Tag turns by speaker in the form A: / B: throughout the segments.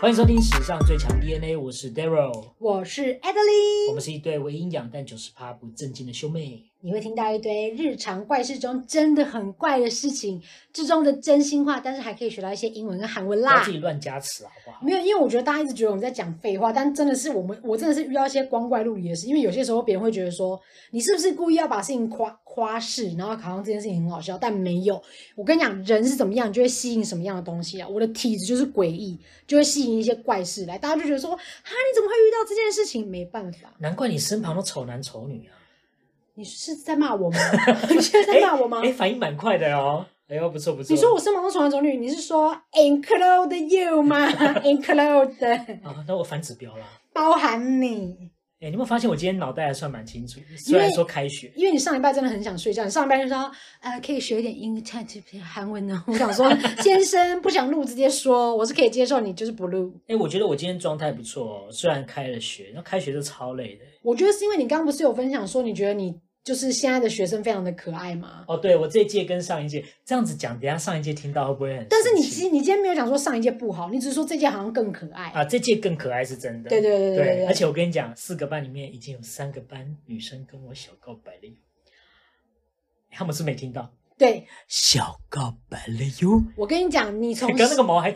A: 欢迎收听史上最强 DNA，我是 Daryl，
B: 我是
A: 我们
B: Adeline，
A: 是一对为营养但九十趴不正经的兄妹。
B: 你会听到一堆日常怪事中真的很怪的事情之中的真心话，但是还可以学到一些英文跟韩文
A: 不要
B: 啦
A: 自。己乱加词好不好？
B: 没有，因为我觉得大家一直觉得我们在讲废话，但真的是我们，我真的是遇到一些光怪陆离的事。因为有些时候别人会觉得说，你是不是故意要把事情夸夸饰，然后好像这件事情很好笑，但没有。我跟你讲，人是怎么样，你就会吸引什么样的东西啊。我的体质就是诡异，就会吸引一些怪事来，大家就觉得说，啊，你怎么会遇到这件事情？没办法。
A: 难怪你身旁都丑男丑女啊！
B: 你是在骂我 吗？ 你现在在骂啊我吗？
A: 哎，反应蛮快的哦。哎呦，不错不错。
B: 你说我身旁的床种女，你是说 include you 吗？include
A: 啊，那我反指标啦。
B: 包含你，
A: 哎，你有没有发现我今天脑袋还算蛮清楚？虽然说开学，
B: 因为你上礼拜真的很想睡觉，你上礼拜就说呃可以学一点英泰韩文呢。我想说先生不想录直接说，我是可以接受你就是不录。
A: 哎，我觉得我今天状态不错哦。虽然开了学，那开学就超累的。
B: 我觉得是因为你刚刚不是有分享说你觉得你就是现在的学生非常的可爱吗？
A: 哦，对我这一届跟上一届这样子讲，等一下上一届听到会不会很生气？
B: 但是你其实你今天没有讲说上一届不好，你只是说这届好像更可爱。
A: 啊，这届更可爱是真的。
B: 对对对对
A: 对，
B: 对
A: 而且我跟你讲，四个班里面已经有三个班女生跟我小告白了哟。他们是没听到
B: 对，
A: 小告白了哟。
B: 我跟你讲，你从
A: 刚刚那个毛 还，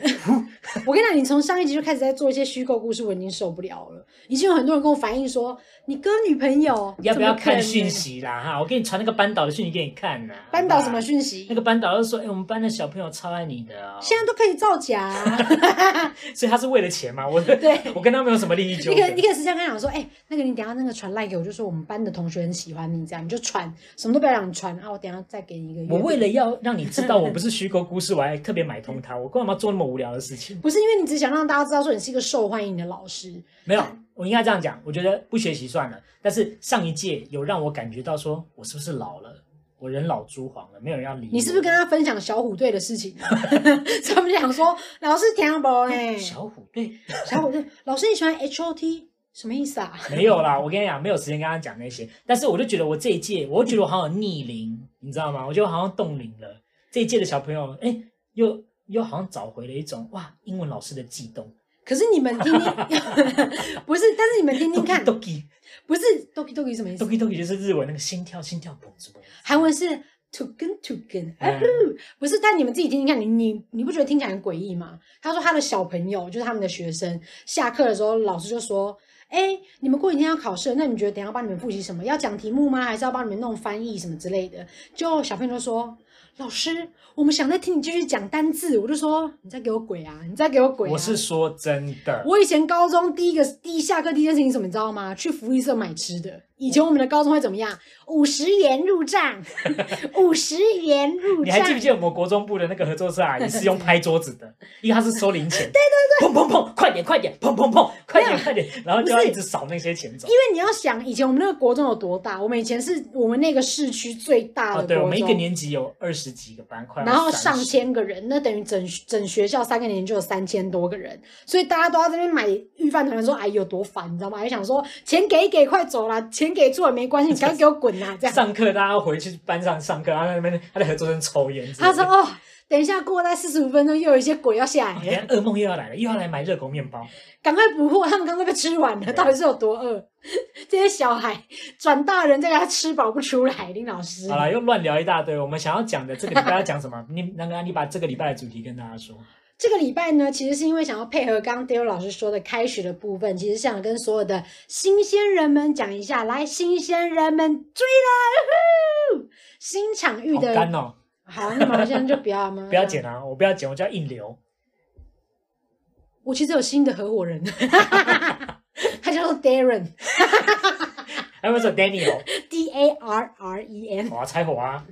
B: 我跟你讲，你从上一集就开始在做一些虚构故事，我已经受不了了。已经有很多人跟我反映说，你跟女朋友
A: 要不要
B: 怎么可能
A: 看讯？息啦？哈，我给你传那个班导的讯息给你看呐、
B: 班导什
A: 好
B: 么
A: 吧？
B: 讯息？
A: 那个班导就说：“哎、我们班的小朋友超爱你的、哦。”
B: 现在都可以造假、啊
A: 所以他是为了钱嘛？我
B: 对
A: 我跟他没有什么利益纠
B: 你可
A: 葛
B: 以你。可以私下跟他讲说，哎、那个你等一下那个传赖给我，就说我们班的同学很喜欢你，这样你就传，什么都不要讲传啊，我等一下再给你一个月饼。
A: 我为了要让你知道我不是虚构故事，我还特别买通他。我干嘛做那么无聊的事情？
B: 不是因为你只想让大家知道说你是一个受欢迎的老师，
A: 没有，我应该这样讲，我觉得不学习算了。但是上一届有让我感觉到说，我是不是老了？我人老珠黄了，没有人要理我。
B: 你是不是跟他分享小虎队的事情？ 所以我们就想说，老师听不哎、
A: 小虎队？
B: 小虎队，老师你喜欢 H O T 什么意思啊？
A: 没有啦，我跟你讲，没有时间跟他讲那些。但是我就觉得我这一届，我觉得我好像有逆龄，你知道吗？我觉得我好像冻龄了。这一届的小朋友，哎，又又好像找回了一种哇，英文老师的悸动。
B: 可是你们听 听，不是，但是你们听听看，
A: doki
B: 不是 doki doki 什么意思？
A: doki doki 就是日文那个心跳心跳蹦子蹦子。
B: 韩文是 to 跟 to 跟，啊
A: 嗯
B: 呼不是，但你们自己听听看，你你你不觉得听起来很诡异吗？他说他的小朋友就是他们的学生，下课的时候老师就说。哎，你们过几天要考试了，那你们觉得等一下帮你们复习什么？要讲题目吗？还是要帮你们弄翻译什么之类的？就小朋友就说：“老师，我们想再听你继续讲单字。”我就说：“你再给我鬼啊！你再给我鬼、啊！”
A: 我是说真的，
B: 我以前高中第一个第一下课第一件事情是什么，你知道吗？去福利社买吃的。以前我们的高中会怎么样？五十元入 账，五十元入
A: 你
B: 账
A: 还。记不记得我们国中部的那个合作社 阿姨是用拍桌子的，因为她是收零钱。对对对，砰砰砰，快点快点，砰砰砰，快点快点，然后就要一直扫那些钱走哦
B: 因。为你要想，以前我们那个国中有多大？我们以前是我们那个市区最大
A: 哦，
B: 的国
A: 对，
B: 中，
A: 我们一个年级有二十几个班，快要
B: 然后
A: 30
B: 上。千个人，那等于整整学校三个年级就有三千多个人，所以大家都要在那边买预饭团的时候，哎，有多烦，你知道吗？还想说钱给一给，快走啦，钱给出了没关系，你赶快给我滚啦，这样。
A: 上课大家回去班上上课，然后在那边他在合作社抽烟之类
B: 他
A: 的。
B: 说：“哦，等一下过大概四十五分钟，又有一些鬼要
A: 哦
B: 下来
A: 等一
B: 了，
A: 下噩梦又要来了，又要来买热狗面包。
B: 赶快补货，他们刚刚被吃完了，
A: 对
B: 到底是有多饿？ 这些小孩转大人再给他吃饱不出来，林老师
A: 好。了，又乱聊一大堆。我们想要讲的这个礼拜要讲什么？你那个你把这个礼拜的主题跟大家说。
B: 这个礼拜呢，其实是因为想要配合刚刚 d a 老师说的开学的部分，其实想跟所有的新鲜人们讲一下，来，新鲜人们追啦！呜呼新场域
A: 好
B: 的，
A: 干哦，
B: 好，那么我现在就不 要吗？
A: 不要剪啊，我不要剪，我就要硬留。
B: 我其实有新的合伙人， 他叫做 Darren，D
A: 还有没有哎
B: 嗯
A: 说 Daniel？
B: A R R E N。
A: 哇，柴火啊！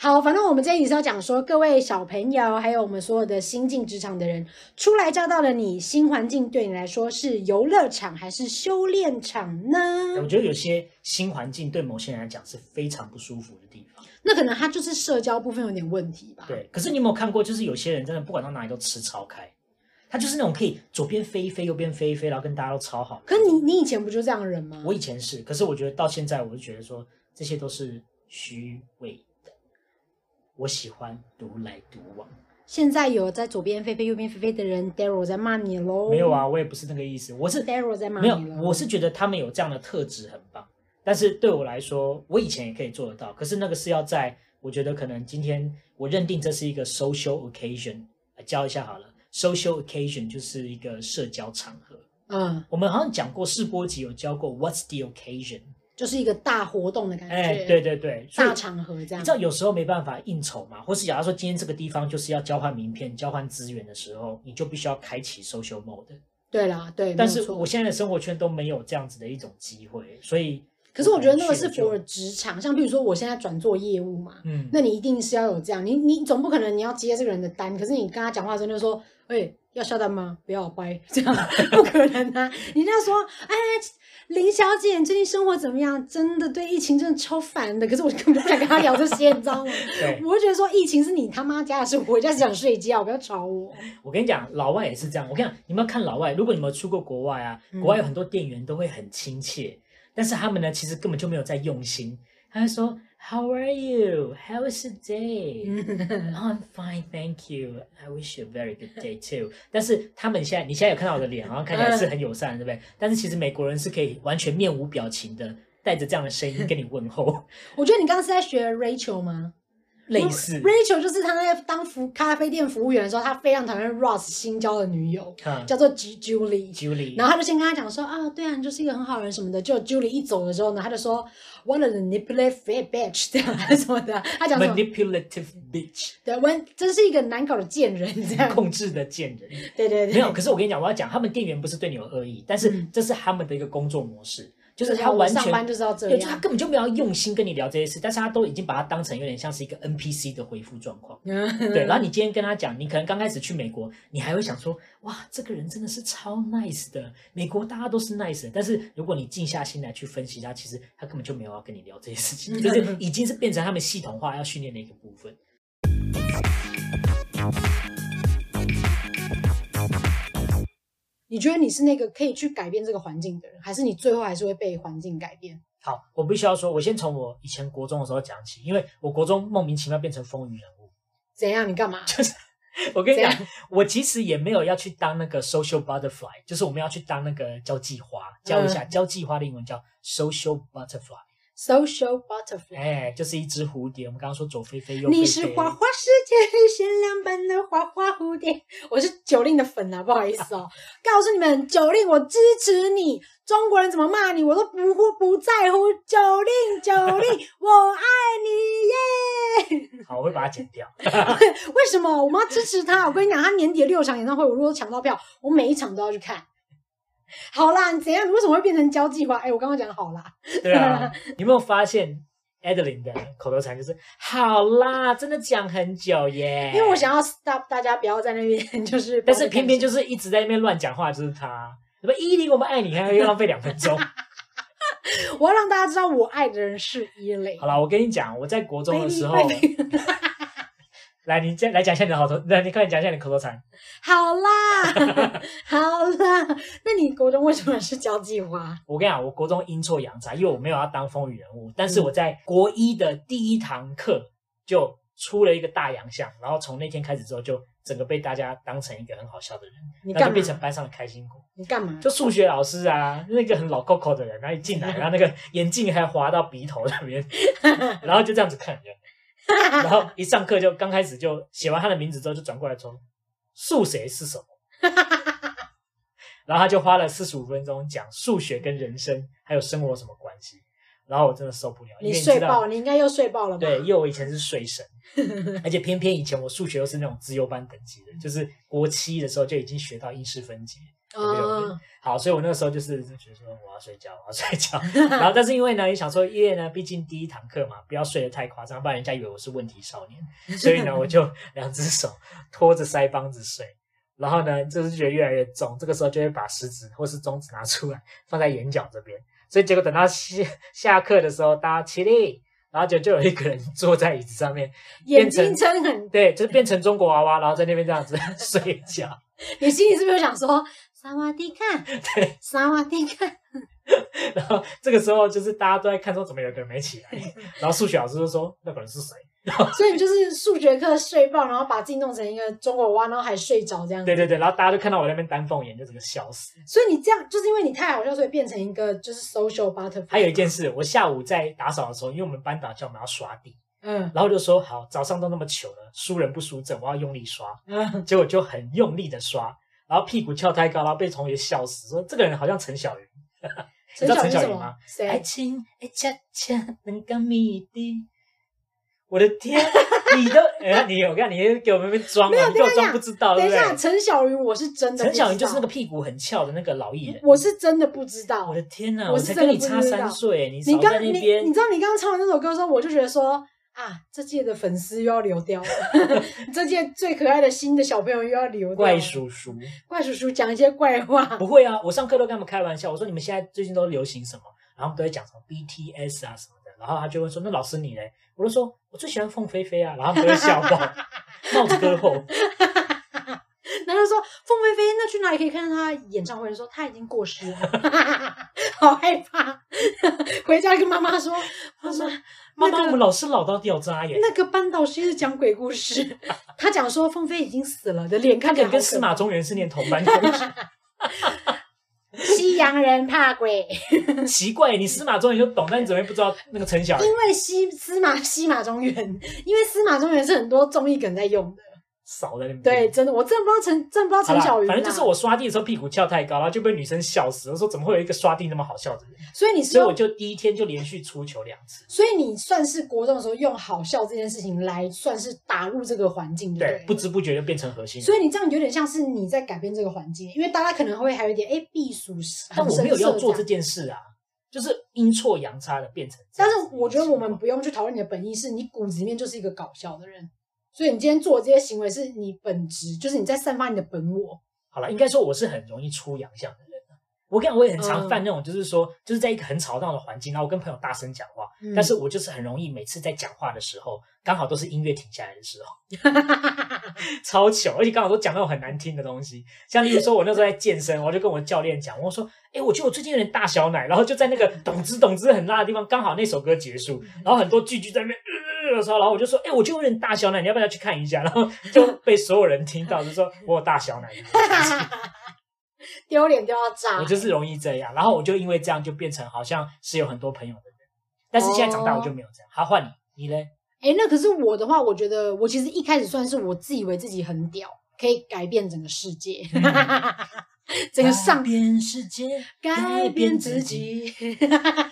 B: 好，反正我们这一集是要讲说，各位小朋友，还有我们所有的新进职场的人，初来乍到的你，新环境对你来说是游乐场还是修炼场
A: 我
B: 呢？
A: 觉得有些新环境对某些人来讲是非常不舒服的地方。
B: 那可能他就是社交部分有点问题吧。，
A: 对，可是你有没有看过，就是有些人真的不管到哪里都吃超开，他就是那种可以左边飞一飞，右边飞一飞，然后跟大家都超好。
B: 可是你你以前不就这样的人吗？
A: 我以前是，可是我觉得到现在，我就觉得说这些都是虚伪的。我喜欢独来独往。
B: 现在有在左边飞飞右边飞飞的人，Daryl 在骂你喽。
A: 没有啊，我也不是那个意思，我是
B: ，Daryl 在骂
A: 没
B: 你
A: 有
B: 喽。，
A: 我是觉得他们有这样的特质很棒，但是对我来说，我以前也可以做得到，可是那个是要在我觉得可能今天我认定这是一个 social occasion，呃教一下好了，social occasion 就是一个社交场合。
B: 嗯，
A: 我们好像讲过世波集有教过 What's the occasion？
B: 就是一个大活动的感觉。
A: 哎，对，对对，所以
B: 嗯大场合这
A: 你
B: 样
A: 知。道有时候没办法应酬嘛，或是假如说今天这个地方就是要交换名片、交换资源的时候，你就必须要开启 social mode。
B: 对啦，对。
A: 但
B: 没有
A: 是
B: 错
A: 我现在的生活圈都没有这样子的一种机会，所以
B: 可是我觉得那个
A: 去
B: 是
A: 我就
B: for 职场，像比如说我现在转做业务嘛，
A: 嗯，
B: 那你一定是要有这样，你你总不可能你要接这个人的单，可是你跟他讲话的时候就说，哎、要下单吗？不要，拜，这样不可能啊！你这样说，哎，林小姐，你最近生活怎么样？真的对疫情真的超烦的，可是我根本就不想跟他聊这些，你知道吗？
A: 对
B: 我会觉得说疫情是你他妈家的事，我就是想睡觉，不要吵我。
A: 我跟你讲，老外也是这样。我跟你讲，你们要看老外，如果你们有出过国外啊，
B: 嗯
A: 国外有很多店员都会很亲切，但是他们呢，其实根本就没有在用心。他会说 How are you? How is your day?
B: 嗯
A: I'm fine, thank you. I wish you a very good day too. 但是他们现在，你现在有看到我的脸，好像看起来是很友善，对不对？但是其实美国人是可以完全面无表情的，带着这样的声音跟你问 候，
B: 我觉得你刚刚是在学 Rachel 吗？
A: 类似。
B: Rachel 就是他在当服咖啡店服务员的时候，他非常讨厌 Ross 新交的女友，
A: 哈
B: 叫做 Ju- Julie。
A: Julie，
B: 然后他就先跟他讲说啊，对啊，你就是一个很好人什么的。就 Julie 一走了之后呢，他就说 What a manipulative fat bitch 这样还是什么的，他讲什么？
A: manipulative bitch，
B: 对，我真是一个难搞的贱人这样。
A: 控制的贱人。
B: 对 对对，
A: 没有，可是我跟你讲，我要讲，他们店员不是对你有恶意，但是
B: 嗯
A: 这是他们的一个工作模式，就
B: 就是是
A: 他
B: 他
A: 完
B: 上班
A: 全。
B: 就是要这
A: 对，就他
B: 样。
A: 根本就没有要用心跟你聊这些事，但是他都已经把它当成有点像是一个 NPC 的回复状况。
B: 嗯
A: 对，然后你今天跟他讲，你可能刚开始去美国，你还会想说，哇，这个人真的是超 nice 的，美国大家都是 nice 的。但是如果你静下心来去分析他，其实他根本就没有要跟你聊这些事 情，就是已经是变成他们系统化要训练的一个部分。
B: 你觉得你是那个可以去改变这个环境的人，还是你最后还是会被环境改变？
A: 好，我必须要说，我先从我以前国中的时候讲起，因为我国中莫名其妙变成风云人物。
B: 怎样？你干嘛？
A: 我跟你讲
B: 怎，
A: 我其实也没有要去当那个 social butterfly，就是我们要去当那个交际花，教一下、
B: 嗯
A: 交际花的英文叫 social butterfly，
B: Social butterfly，
A: 哎，就是一只蝴蝶。我们刚刚说左飞飞，右飞飞。
B: 你是花花世界里限量版的花花蝴蝶。我是九令的粉啊，不好意思哦。告诉你们，九令我支持你。中国人怎么骂你，我都不乎不在乎。九令，九 令，我爱你耶！
A: 好，我会把它剪掉。
B: 为什么我们要支持他？我跟你讲，他年底的六场演唱会，我如果抢到票，我每一场都要去看。好啦，你怎样？你为什么会变成交际花？哎、我刚刚讲好啦，
A: 对啊，你有没有发现 Adeline 的口头禅就是“好啦”，真的讲很久耶。
B: 因为我，想要 stop 大家不要在那边， 就是
A: 哎但是偏偏就是一直在那边乱讲话，就是他。什么依琳，我们爱你，还要浪费两分钟。
B: 我要让大家知道我爱的人是伊蕾。
A: 好啦，我跟你讲，我在国中的时候，
B: Baby, baby
A: 来，你再来讲一下你的好头，来，你快点讲一下你的口头禅。
B: 好 啦，好啦，那你国中为什么是交际花？
A: 我跟你讲，我国中阴错阳差，因为我没有要当风云人物，但是我在国一的第一堂课就出了一个大洋相，然后从那天开始之后，就整个被大家当成一个很好笑的人，
B: 你
A: 那
B: 干
A: 就
B: 嘛
A: 变？成班上的开心果。
B: 你干嘛？
A: 就数学老师啊，那个很老 Coco 的人，然后一进来，然后那个眼镜还滑到鼻头那 边，然后就这样子看人，然后一上课就刚开始就写完他的名字之后，就转过来说数学是什么，然后他就花了四十五分钟讲数学跟人生还有生活有什么关系，然后我真的受不了，因
B: 你
A: 为
B: 睡
A: 知
B: 爆
A: 道，
B: 了，你应该又睡爆了吧？
A: 对，因为我以前是睡神，而且偏偏以前我数学又是那种资优班等级的，就是国七的时候就已经学到因式分解。有没有
B: 嗯，
A: 好，所以我那个时候就是就觉得说我要睡觉，我要睡觉。然后，但是因为呢，也想说，因为呢，毕竟第一堂课嘛，不要睡得太夸张，不然人家以为我是问题少年。所以呢，我就两只手托着腮帮子睡。然后呢，就是觉得越来越重，这个时候就会把食指或是中指拿出来放在眼角这边。所以结果等到下下课的时候，大家起立，然后就就有一个人坐在椅子上面，
B: 眼
A: 变成
B: 睛撑很
A: 对，就是变成中国娃娃，然后在那边这样子 睡觉。
B: 你心里是不是有想说萨瓦迪卡？
A: 对，
B: 萨瓦迪卡。
A: 然后这个时候就是大家都在看说怎么有个人没起来，然后数学老师就说那个人是谁？哦
B: 所以你就是数学课睡爆，然后把自己弄成一个中国娃，然后还睡着这样子。
A: 对对对，然后大家就看到我在那边丹凤眼，就整个笑死。
B: 所以你这样，就是因为你太好笑，所以变成一个就是 social butterfly。
A: 还有一件事，我下午在打扫的时候，因为我们班打架我们要刷地，
B: 嗯，
A: 然后我就说好，早上都那么糗了，输人不输阵，我要用力刷。
B: 嗯，
A: 结果就很用力的刷，然后屁股翘太高，然后被同学笑死，说这个人好像陈小云。你知
B: 陈
A: 道
B: 小
A: 陈
B: 是
A: 小
B: 什
A: 云
B: 么
A: 吗？？爱
B: 谁？
A: 情哎恰恰能干米的，我的天，啊你都 哎你我看你又给我们那边装
B: 没有
A: 啊，你给我
B: 等一下
A: 装不知道
B: 等
A: 对
B: 一
A: 不
B: 下，
A: 对？
B: 陈小云，我是真的不
A: 陈
B: 知道
A: 小云就是那个，屁股很翘的那个老艺人。
B: 我是真的不知道
A: 我。的天呐，
B: 我
A: 我
B: 是
A: 才跟
B: 真的
A: 你
B: 不
A: 差
B: 知
A: 三
B: 道
A: 岁，你
B: 你
A: 少在
B: 刚
A: 那
B: 你
A: 边
B: 你知道你刚刚唱完那首歌的时候，我就觉得说啊，这届的粉丝又要流掉 了，这届最可爱的新的小朋友又要流掉了。
A: 怪叔叔。
B: 怪叔叔讲一些怪话，
A: 不会啊，我上课都跟他们开玩笑，我说你们现在最近都流行什么，然后他们都会讲什么 BTS 啊什么的，然后他就会说那老师你嘞？我就说我最喜欢凤飞飞啊，然后他们都会笑爆，帽子割 喉。
B: 然后就说凤飞飞，那去哪里可以看到她演唱会？说她已经过世了， 好害怕。回家跟妈妈说，妈妈，
A: 妈
B: 那
A: 妈，
B: 个
A: 我们老师老到掉渣耶，
B: 那个班导师一直讲鬼故事，他讲说凤飞已经死了的脸看起来
A: 跟
B: 好可
A: 跟司马中原是念同班同学，
B: 西洋人怕鬼，
A: 奇怪，你司马中原就懂，但你怎么会不知道那个陈小
B: 因
A: 云？
B: 为西司马西马中原，因为司马中原是很多综艺梗在用的。
A: 少在那边。
B: 对，。真的，我真的不知道陈，真的不知道
A: 嗯好
B: 陈
A: 啦
B: 小，云。
A: 反正就是，我刷地的时候屁股翘太高，然后就被女生笑死。我说怎么会有一个刷地那么好笑的人？
B: 所以你是
A: 所
B: 啊
A: 以我
B: 用，
A: 就第一天就连续出糗两次。
B: 所以你算是国中的时候用好笑这件事情来算是打入这个环境，对
A: 对
B: 了，
A: 不知不觉就变成核心人。
B: 所以你这样有点像是你在改变这个环境，因为大家可能会还有一点哎避暑，
A: 但我没有要做这
B: 很深色
A: 件事啊，就是阴错阳差的变成这
B: 但
A: 样子
B: 是
A: 的一个情况。啊
B: 我觉得我们不用去讨论你的本意，是你骨子里面就是一个搞笑的人，所以你今天做的这些行为是你本质，就是你在散发你的本我。
A: 好了，应该说我是很容易出洋相的人啊。我跟你讲我也很常犯
B: 嗯
A: 那种，就是说，就是在一个很吵闹的环境，然后我跟朋友大声讲话，
B: 嗯
A: 但是我就是很容易每次在讲话的时候，刚好都是音乐停下来的时候，超糗，而且刚好都讲那种很难听的东西，像例如说，我那时候在健身，我就跟我教练讲，我说，哎、我觉得我最近有点大小奶，然后就在那个懂之懂之很辣的地方，刚好那首歌结束，然后很多句句在那边。呃的时候，然后我就说，哎、我就有点大小奶，你要不要去看一下？然后就被所有人听到，就说我有大小奶。
B: 丢脸丢到炸
A: 我，就是容易这样，然后我就因为这样就变成好像是有很多朋友的人，但是现在长大我就没有这样。好，换你，你嘞？
B: 哎、那可是我的话，我觉得我其实一开始算是我自以为自己很屌，可以改变整个世界，
A: 嗯
B: 整个上
A: 边世界，
B: 改变自己。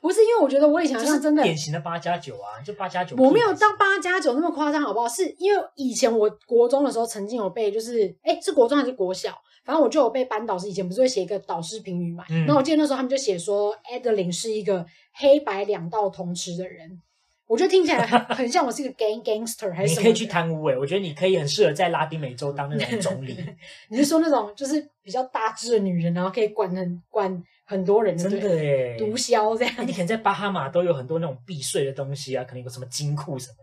B: 不是因为我觉得我以前
A: 就
B: 好
A: 是
B: 像真的
A: 典型的八加九啊，就八加九。
B: 我没有到八加九那么夸张，好不好？是因为以前我国中的时候曾经有被，就是哎、诶是国中还是国小？反正我就有被班导师以前不是会写一个导师评语嘛，
A: 嗯
B: 然后我记得那时候他们就写说 Adeline 是一个黑白两道通吃的人，我觉得听起 来很很像我是一个 gang gangster 还是
A: 你
B: 什么的？
A: 可以去贪污哎、我觉得你可以很适合在拉丁美洲当那种总 理，
B: 你是说那种就是比较大只的女人，然后可以管很管很多人，
A: 真
B: 对
A: 的
B: 不对
A: 哎、
B: 毒枭这样
A: 哎，你可能在巴哈马都有很多那种避税的东西啊，可能有什么金库什么的。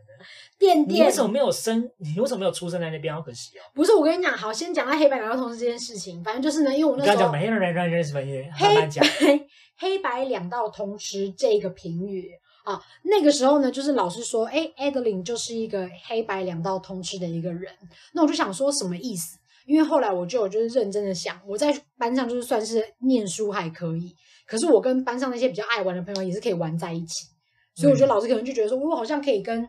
B: 垫
A: 你为
B: 垫。
A: 什么没有生？你为什么没有出生在那边？好可惜哦！
B: 不是我跟你讲，好，先讲到黑白两道通吃这件事情，反正就是呢，因为我
A: 你
B: 那
A: 刚
B: 时
A: 刚讲
B: 候
A: 没人人人什么也慢
B: 黑
A: 慢 讲，啊
B: 白黑白两道通吃这个评语啊，那个时候呢，就是老师说，哎、a d e l i n e 就是一个黑白两道通吃的一个人。那我就想说什么意思？因为后来我就有就是认真的想，我在班上就是算是念书还可以，可是我跟班上那些比较爱玩的朋友也是可以玩在一起，所以我觉得老师可能就觉得说，我好像可以跟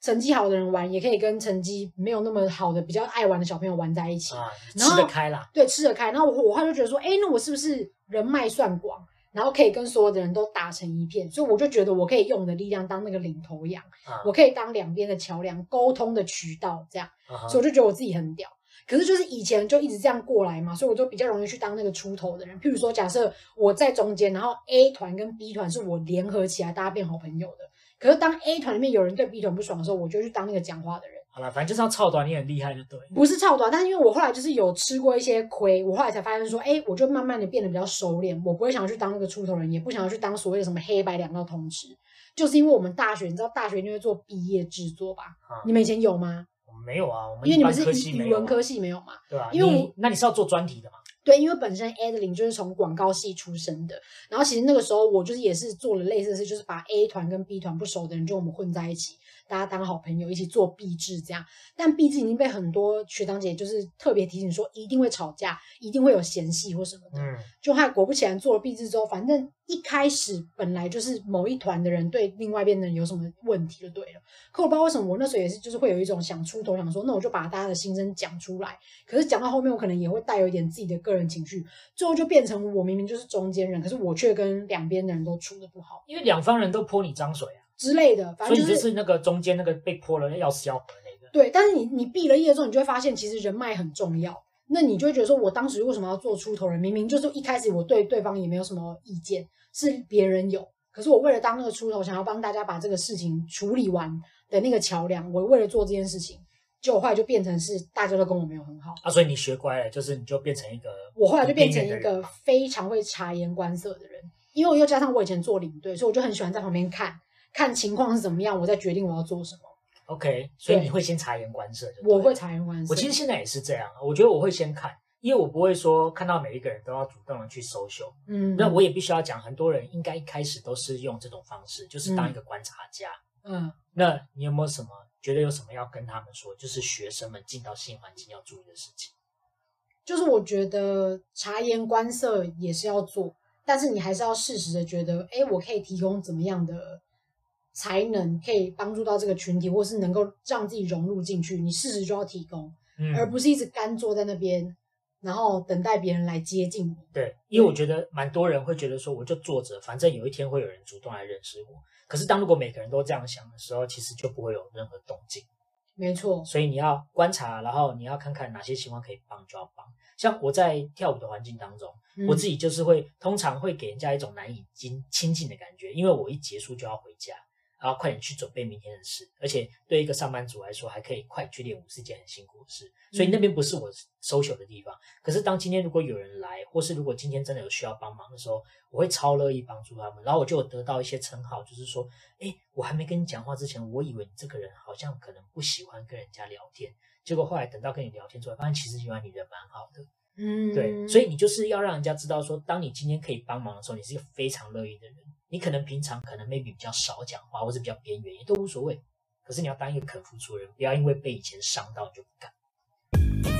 B: 成绩好的人玩，也可以跟成绩没有那么好的比较爱玩的小朋友玩在一起。
A: 啊，
B: 然
A: 吃
B: 后
A: 得开啦。
B: 对，吃得开。然后我我后来就觉得说，哎，那我是不是人脉算广，然后可以跟所有的人都打成一片？所以我就觉得我可以用我的力量当那个领头羊，
A: 啊
B: 我可以当两边的桥梁，沟通的渠道，这样。
A: 啊哈
B: 所以我就觉得我自己很屌。可是就是以前就一直这样过来嘛，所以我就比较容易去当那个出头的人。譬如说，假设我在中间，然后 A 团跟 B 团是我联合起来，大家变好朋友的。可是当 A 团里面有人对 B 团不爽的时候，我就去当那个讲话的人。
A: 好了，反正就是要操短，你很厉害就对了。
B: 不是超短，但是因为我后来就是有吃过一些亏，我后来才发现说，哎、我就慢慢的变得比较熟练，我不会想要去当那个出头人，也不想要去当所谓的什么黑白两道通吃，就是因为我们大学，你知道大学一定会做毕业制作吧？
A: 啊
B: 你们以前有吗？
A: 我没有啊，我们
B: 因为你们
A: 一般科
B: 是
A: 系
B: 语
A: 没
B: 语
A: 有
B: 文
A: 啊
B: 科系没有嘛？
A: 对吧、
B: 因为
A: 你
B: 我
A: 那你是要做专题的嘛？
B: 对，因为本身 Adeline 就是从广告系出身的，然后其实那个时候我就是也是做了类似的事，就是把 A 团跟 B 团不熟的人就我们混在一起，大家当好朋友一起做 B 制这样。但 B 制已经被很多学长姐就是特别提醒说一定会吵架，一定会有嫌隙或什么的。
A: 嗯，
B: 就他果不其然做了 B 制之后，反正一开始本来就是某一团的人对另外一边的人有什么问题就对了。可我不知道为什么我那时候也是就是会有一种想出头，想说那我就把大家的心声讲出来。可是讲到后面，我可能也会带有一点自己的个人情绪，最后就变成我明明就是中间人，可是我却跟两边的人都处的不好
A: 因为两方人都泼你脏水啊，
B: 之类的。反
A: 所以
B: 正
A: 你
B: 就
A: 就是是那个中间那个被泼了要死要活的那个。
B: 对，但是你你毕了业之后，你就会发现其实人脉很重要。那你就会觉得说，我当时为什么要做出头人？明明就是一开始我对对方也没有什么意见，是别人有，可是我为了当那个出头，想要帮大家把这个事情处理完的那个桥梁，我为了做这件事情，结果后来就变成是大家都跟我没有很好。
A: 啊，所以你学乖了，就是你就变成一个
B: 我后来就变成
A: 很
B: 一
A: 边缘的人
B: 个
A: 嘛
B: 非常会察言观色的人，因为我又加上我以前做领队，所以我就很喜欢在旁边看看情况是怎么样，我再决定我要做什么。
A: OK，所以
B: 对
A: 你会先察言观色就对了，
B: 我会察言观色。
A: 我其实现在也是这样，啊我觉得我会先看，因为我不会说看到每一个人都要主动的去搜秀。
B: 嗯，
A: 那我也必须要讲，很多人应该一开始都是用这种方式，就是当一个观察家。
B: 嗯
A: 那你有没有什么觉得有什么要跟他们说？就是学生们进到新环境要注意的事情。
B: 就是我觉得察言观色也是要做，但是你还是要适时的觉得，哎，我可以提供怎么样的才能可以帮助到这个群体，或是能够让自己融入进去，你适时就要提供，而
A: 嗯，
B: 不是一直干坐在那边，然后等待别人来接近你。
A: 对，因为我觉得蛮多人会觉得说，我就坐着，反正有一天会有人主动来认识我。可是当如果每个人都这样想的时候，其实就不会有任何动静。
B: 没错，
A: 所以你要观察，然后你要看看哪些情况可以帮就要帮。像我在跳舞的环境当中，
B: 嗯
A: 我自己就是会通常会给人家一种难以亲亲近的感觉，因为我一结束就要回家，然后快点去准备明天的事，而且对一个上班族来说，还可以快去练舞是件很辛苦的事，所以那边不是我 social 的地方。可是当今天如果有人来，或是如果今天真的有需要帮忙的时候，我会超乐意帮助他们，然后我就有得到一些称号，就是说，哎，我还没跟你讲话之前，我以为你这个人好像可能不喜欢跟人家聊天，结果后来等到跟你聊天之后，发现其实原来你人蛮好的。
B: 嗯，
A: 对，所以你就是要让人家知道说，当你今天可以帮忙的时候，你是一个非常乐意的人。你可能平常可能 maybe 比较少讲话，或是比较边缘，也都无所谓。可是你要当一个肯付出的人，不要因为被以前伤到你就不敢。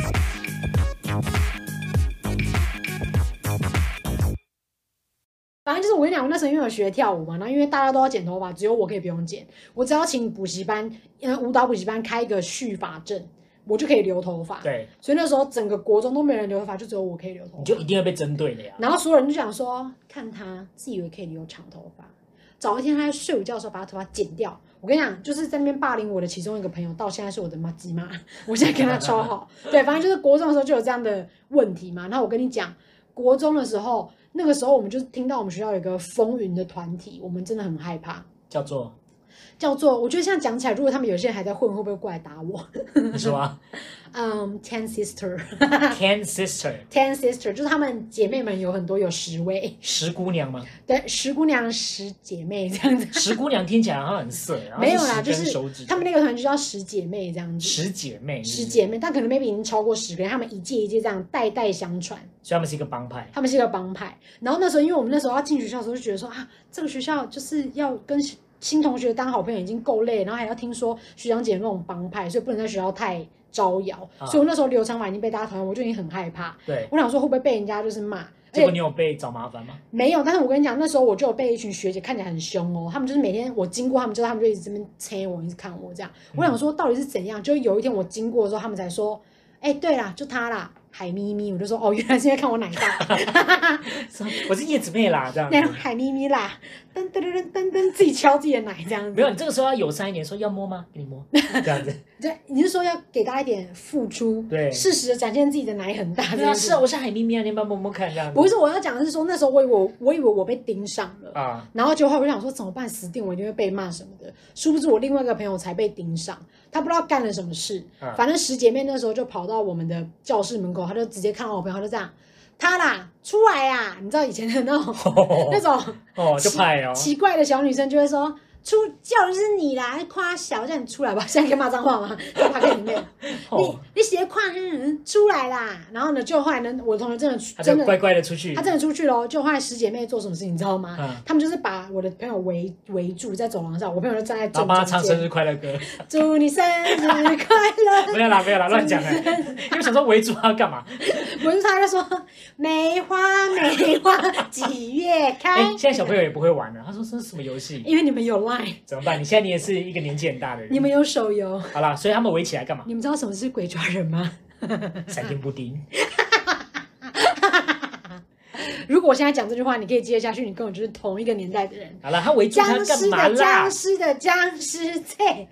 B: 反正就是我跟你讲，我那时候因为有学跳舞嘛，然后因为大家都要剪头发，只有我可以不用剪，我只要请补习班，呃，舞蹈补习班开一个蓄发证，我就可以留头发。
A: 对，
B: 所以那时候整个国中都没人留头发，就只有我可以留头
A: 你
B: 发。
A: 就一定会被针对的呀。
B: 然后所有人就想说，看他自以为可以留长头发，早一天他在睡午觉的时候把他头发剪掉。我跟你讲，就是在那边霸凌我的其中一个朋友，到现在是我的妈鸡妈， 我现在跟他超好。对，反正就是国中的时候就有这样的问题嘛。然后我跟你讲，国中的时候，那个时候我们就听到我们学校有一个风云的团体，我们真的很害怕，
A: 叫做
B: 叫做我觉得现在讲起来，如果他们有些人还在混，会不会过来打我？
A: 你说 啊
B: 嗯、t e n Sister。
A: ，Ten Sister
B: Ten Sister，就是她们姐妹们有很多，有十位，
A: 十姑娘吗？
B: 对，十姑娘、十姐妹这样子。
A: 十姑娘听起来好像很色，然后
B: 没有
A: 十
B: 啦，就
A: 根
B: 是
A: 手指
B: 她们那个团就叫十姐妹这样子，
A: 十姐妹，
B: 十姐，妹，但可能 maybe 已经超过十个，她们一届一届这样代代相传，
A: 所以他们是一个帮派。
B: 她们是一个帮派。然后那时候，因为我们那时候要进学校的时候，就觉得说啊，这个学校就是要跟新新同学当好朋友已经够累，然后还要听说学长姐那种帮派，所以不能在学校太招摇。
A: 啊
B: 所以我那时候留长发已经被大家讨厌，我就已经很害怕。
A: 对，
B: 我想说会不会被人家就是骂，
A: 结果你有被找麻烦 吗？
B: 没有，但是我跟你讲，那时候我就有被一群学姐看起来很凶哦，她们就是每天我经过，她们就她们就一直这边催我，一直看我这样。我
A: 嗯
B: 想说到底是怎样？就有一天我经过的时候，她们才说：“哎、对啦，就她啦，海咪咪。”我就说：“哦，原来是因为看我奶 大，
A: 我是叶子妹啦，这样
B: 那
A: 子
B: 种。海咪咪啦，噔噔噔噔噔噔，自己敲自己的奶这样
A: 没有，
B: 子。
A: 你这个时候要友善一点，说要摸吗？给你摸， 这样子。
B: 对，你是说要给大家一点付出，
A: 对
B: 适时的展现自己的奶很大这
A: 对
B: 样
A: 啊，
B: 子。
A: 是啊啊，我是海绵绵，你要不要摸摸看这样子？
B: 不是我要讲的是说，那时候我以为我我以为我被盯上了。
A: 啊，
B: 然后结果后来我就想说怎么办，死定我一定会被骂什么的。殊不知我另外一个朋友才被盯上，他不知道干了什么事，
A: 嗯
B: 反正十姐妹那时候就跑到我们的教室门口，她就直接看到我朋友，她就这样，她啦出 啊来呀、你知道以前的那种那种
A: 哦，就派哦，
B: 奇怪的小女生就会说。出教的就是你啦，夸小叫你出来吧，现在可以骂脏话 吗？在 p o 里面，你
A: 哦，
B: 你写夸嗯出来啦，然后呢，就后来呢，我的同学真的
A: 他
B: 真
A: 就
B: 的
A: 乖乖的出去，
B: 他真的出去喽，就后来师姐妹做什么事情你知道吗？
A: 嗯，
B: 他们就是把我的朋友围围住在走廊上，我朋友就站在
A: 然后
B: 正
A: 帮他
B: 中
A: 唱生
B: 间，
A: 日快乐歌，
B: 祝你生日快乐。
A: 没有啦，没有啦，乱讲的，啊因为想说围住他要干 嘛？
B: 不是他在说梅花梅花几月
A: 哎
B: 开？，
A: 现在小朋友也不会玩了，他说这是什么游戏？
B: 因为你们有 Line，
A: 怎么办？你现在你也是一个年纪很大的人，
B: 你们有手游，
A: 好啦，所以他们围起来干嘛？
B: 你们知道什么是鬼抓人吗？
A: 闪电布 丁，
B: 如果我现在讲这句话，你可以接下去，你跟我就是同一个年代的人。
A: 好啦，他围住他
B: 僵
A: 干
B: 尸
A: 嘛
B: 的
A: 啦
B: 僵？尸的僵尸在，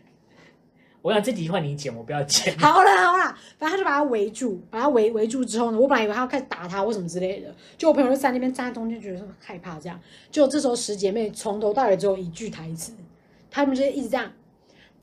A: 我想这几句话你剪，我不要剪。
B: 好了好了，反正他就把他围住，把他围围住之后呢，我本来以为他要开始打他或什么之类的，就我朋友就在那边站在中间，觉得很害怕这样。就这时候十姐妹从头到尾只有一句台词，她们就一直这样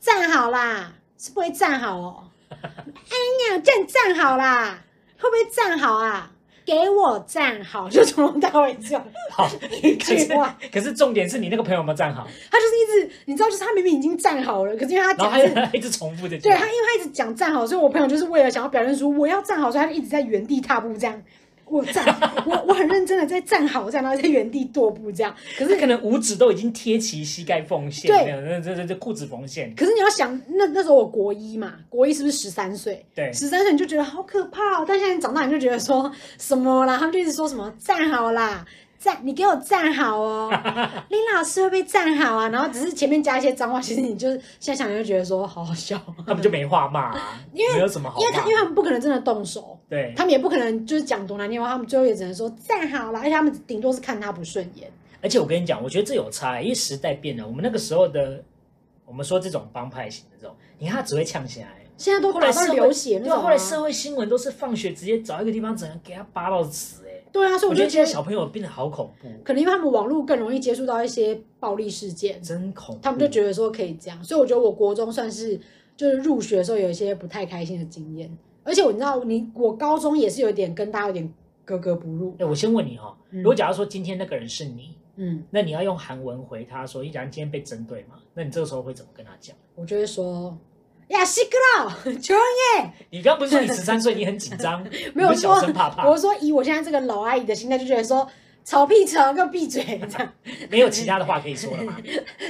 B: 站好啦，是不会站好哦。哎呀，叫你站好啦，会不会站好啊？给我站好，就从头到尾只有
A: 好，
B: 一
A: 可是
B: 句话。
A: 可是重点是你那个朋友有没有站好？
B: 他就是一直，你知道，就是他明明已经站好了，可是因为他
A: 然后
B: 讲
A: 他
B: 是
A: 就一直重复这句
B: 对
A: 话。
B: 他，因为他一直讲站好，所以我朋友就是为了想要表现出我要站好，所以他就一直在原地踏步这样。我站，我我很认真的在站好这样，然后在原地踱步这样。
A: 可是可能五指都已经贴齐膝盖缝线，
B: 对
A: 没有，那这这这裤子缝线，
B: 可是你要想，那那时候我国一嘛，国一是不是十三岁？
A: 对，
B: 十三岁你就觉得好可怕哦，但现在你长大你就觉得说什么啦？他们就一直说什么站好啦，站你给我站好哦，林老师会不会站好啊？然后只是前面加一些脏话，其实你就是现在想你就觉得说好好笑，
A: 他们就没话骂啊，
B: 因为
A: 没有什么好
B: 因为他
A: 骂
B: 因为他们不可能真的动手，
A: 对，
B: 他们也不可能就是讲多难听话，他们最后也只能说站好了，而且他们顶多是看他不顺眼。
A: 而且我跟你讲，我觉得这有差、欸因为时代变了。我们那个时候的，我们说这种帮派型的这种，你看他只会呛起来。
B: 现在都
A: 后来
B: 打
A: 社
B: 到
A: 会
B: 流血那
A: 对啊，
B: 种、
A: 后来
B: 啊，
A: 社会新闻都是放学直接找一个地方，整个给他扒到死、哎，
B: 对啊，所以
A: 我
B: 我
A: 觉
B: 就
A: 得
B: 觉
A: 现
B: 得
A: 在小朋友变得好恐怖，
B: 可能因为他们网络更容易接触到一些暴力事件，
A: 真恐怖。
B: 他们就觉得说可以这样，所以我觉得我国中算是就是入学的时候有一些不太开心的经验，而且我你知道，你我高中也是有点跟大家有点格格不入，
A: 哎、我先问你哈、
B: 嗯
A: 如果假如说今天那个人是你，
B: 嗯，
A: 那你要用韩文回他说，你假如今天被针对嘛，那你这个时候会怎么跟他讲？
B: 我就会说呀西格老， 求
A: 你刚不是说 你十三岁，你很紧张，
B: 没有
A: 你会小
B: 说
A: 声怕怕，
B: 我说以我现在这个老阿姨的心态，就觉得说吵屁吵，给我闭嘴这样。
A: 没有其他的话可以说 了嘛？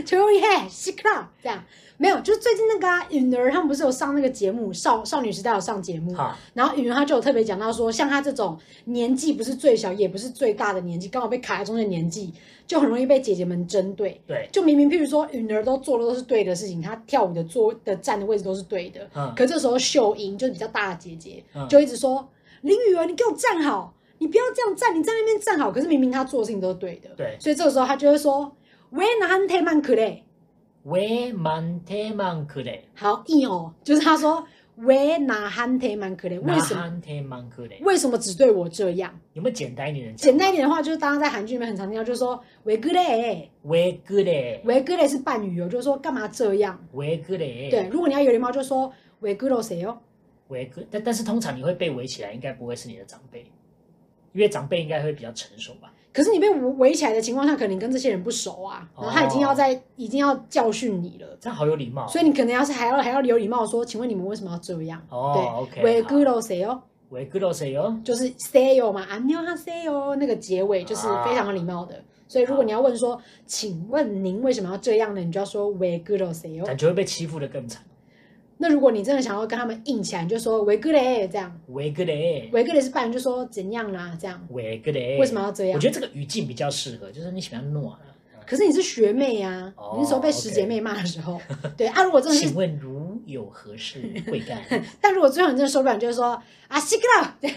B: 求耶，西克拉这样没有，就是最近那个啊允、儿他们不是有上那个节目，少少女时代有上节目，
A: 哈，
B: 然后允儿她就有特别讲到说，像她这种年纪不是最小也不是最大的年纪，刚好被卡在中间的年纪，就很容易被姐姐们针对。
A: 对，
B: 就明明譬如说允儿都做的都是对的事情，她跳舞的坐的站的位置都是对的，
A: 嗯，
B: 可这时候秀英就是比较大的姐姐，
A: 嗯
B: 就一直说林雨儿，你给我站好，你不要这样站，你在那边站好。可是明明她做的事情都是对的，
A: 对
B: 所以这个时候她就会说喂，那汉太曼克嘞，
A: 왜만태만그래？
B: 好硬哦，就是她说喂，那汉太曼克嘞，为什么？
A: 한테만그래？
B: 为什么只对我这 样？
A: 有没有简单一点的？
B: 简单一点的话，就是大家在韩剧里面很常听到，就是说“为个嘞
A: 왜그래？”，
B: 为个嘞是半语哦，就是说干嘛这样？
A: 왜그래？
B: 对，，如果你要有礼貌，就说“为个喽谁哦
A: 왜그？但但是通常你会被围起来，应该不会是你的长辈，因为长辈应该会比较成熟吧？”。
B: 可是你被围围起来的情况下，可能你跟这些人不熟啊，
A: 哦
B: 然后他已经要在、已经要教训你了，
A: 这样好有礼貌。哦
B: 所以你可能要是还要还要有礼貌地说，请问你们为什么要这样？
A: 哦
B: 对，
A: ，OK，
B: 为个喽谁哦，
A: 왜그러세요？
B: 就是 say 哦嘛，안녕하세요那个结尾就是
A: 啊
B: 非常有礼貌的。所以如果你要问说，请问您为什么要这样呢？你就要说为个喽谁哦。
A: 感觉会被欺负的更惨。
B: 那如果你真的想要跟他们硬起来，你就说维格雷这样，
A: 왜그래？
B: 维格雷是半，就说怎样啦这样，
A: 왜그래？
B: 为什么？要这样
A: 哎我？觉得这个语境比较适合，就是你喜欢暖啊。
B: 可是你是学妹呀、
A: 哦
B: 你那时候被十姐妹骂的 时候，对啊，如果真的
A: 请
B: 是，
A: 问如有何事贵 干？
B: 但如果最后你真的受不了，你就是说啊西克勒这样，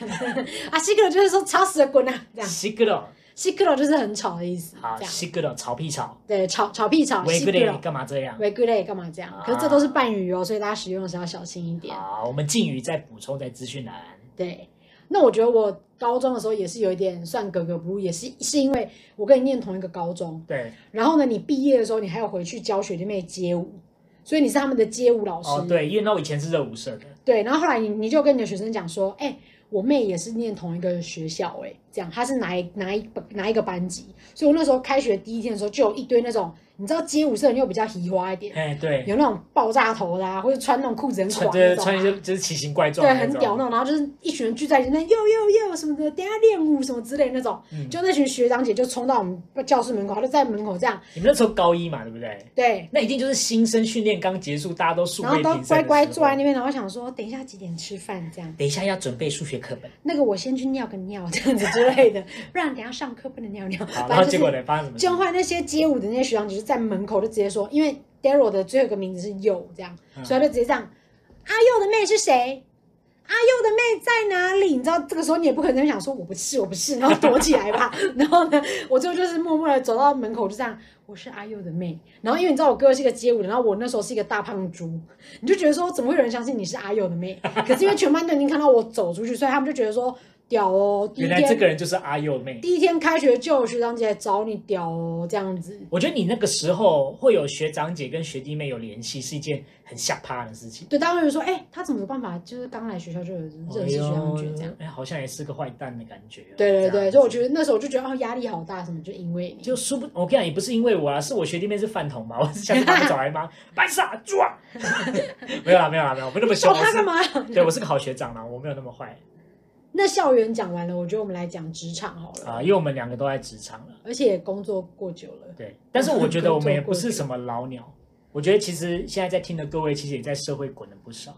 B: 啊西克勒就是说吵死了滚啊这样，
A: 西格罗，
B: 西克勒就是很吵的意思，
A: 好，
B: 这样
A: 西格罗，吵屁吵。
B: 对吵吵屁吵
A: 왜그
B: 西克
A: 래？你
B: 勒
A: 干嘛这样？
B: 维格雷干嘛这
A: 啊
B: 样？可是这都是半语哦，所以大家使用的时候要小心一点。
A: 好，我们敬语再补充在资讯栏。
B: 对，那我觉得我高中的时候也是有一点算格格不入，也是是因为我跟你念同一个高中，
A: 对，
B: 然后呢，你毕业的时候你还要回去教学弟妹街舞，所以你是他们的街舞老师。
A: 哦对，因为那我以前是热舞社的，
B: 对然后后来你你就跟你的学生讲说，哎、我妹也是念同一个学校、哎，这样，他是哪一哪一哪一个班级？所以我那时候开学第一天的时候，就有一堆那种，你知道街舞社又比较移花一点，
A: 哎，对，
B: 有那种爆炸头的、啊，或者穿那种裤子很
A: 穿
B: 垮
A: 对
B: 那种、
A: 穿一
B: 啊
A: 些。就是奇形怪状的
B: 对，
A: 那
B: 很
A: 种，
B: 屌那种，然后就是一群人聚在一起，那又又又什么的，等一下练舞什么之类的那种，
A: 嗯
B: 就那群学长姐就冲到我们教室门口，他就在门口这样，
A: 你们那时候高一嘛，对不对？
B: 对，
A: 那一定就是新生训练刚结束，大家都素
B: 然后
A: 未
B: 都
A: 平
B: 乖
A: 生
B: 乖
A: 的时
B: 坐在
A: 候
B: 那。边，然后想说等一下几点吃饭这样。
A: 等一下要准备数学课本，
B: 那个我先去尿个尿这样子之类的，不然等一下上课不能尿尿。
A: 好，
B: 反
A: 然后
B: 正
A: 结
B: 就
A: 果
B: 是
A: 呢，发生什么事？
B: 就换那些街舞的那些学长，只是在门口就直接说，因为 Daryl 的最后一个名字是佑这样，
A: 嗯
B: 所以他就直接这样，阿佑的妹是谁？阿佑的妹在哪里？你知道这个时候你也不可能想说我不是我不是，然后躲起来吧。 然后呢，我最后就是默默的走到门口，就这样，我是阿佑的妹。然后因为你知道我哥是一个街舞的，然后我那时候是一个大胖猪，你就觉得说怎么会有人相信你是阿佑的妹？可是因为全班都已经看到我走出去，所以他们就觉得说屌哦，第一
A: 原来这
B: 天
A: 个人就是阿佑妹。
B: 第一天开学就有学长姐来找你屌哦，这样子。
A: 我觉得你那个时候会有学长姐跟学弟妹有联系，是一件很吓趴的事情。
B: 对，大家会说，哎、他怎么有办法？就是刚来学校就有
A: 哦
B: 认识学长姐这样。
A: 哎，好像也是个坏蛋的感觉哦。
B: 对对
A: 这样
B: 对，
A: 子哦
B: 所以我觉得那时候我就觉得，哦，压力好大，什么就因为你。
A: 就殊不，我跟你讲，也不是因为我啊，是我学弟妹是饭桶嘛，我是 想把他找来吗？白傻抓， 没有啦，没有啦，没有，我没那么凶。
B: 找
A: 我
B: 他干
A: 是
B: 嘛？
A: 对，我是个好学长啦，我没有那么坏
B: 那校园讲完了，我觉得我们来讲职场好了，
A: 啊，因为我们两个都在职场了。
B: 而且也工作过久了。
A: 对，但是我觉 得我们也不
B: 工作过
A: 是
B: 久
A: 什么老鸟，我觉得其实现在在听的各位，其实也在社会滚了不少。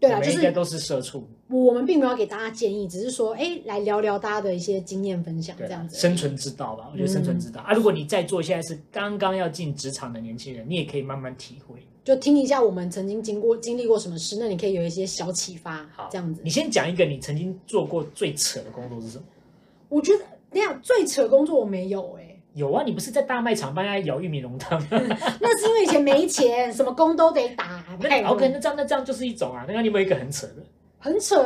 B: 对
A: 我
B: 啊，
A: 们
B: 就
A: 应该
B: 是
A: 都是社畜，
B: 我们并没有给大家建议，只是说，哎，来聊聊大家的一些经验分享
A: 对
B: 这样
A: 啦，
B: 子。嗯
A: 生存之道吧，我觉得生存之道、啊。如果你在座现在是刚刚要进职场的年轻人，你也可以慢慢体会。
B: 就听一下我们曾经经过经历过什么事，那你可以有一些小启发
A: 好，
B: 这样子
A: 你。先讲一个你曾经做过最扯的工作是什么？
B: 我觉得那样最扯工作我没有哎、
A: 有啊，你不是在大卖场帮人家摇玉米浓汤？
B: 那是因为以前没钱，什么工都得打。拜
A: 那
B: 托
A: OK，那这样那这样就是一种啊。那你有没有一个很扯的
B: 很扯，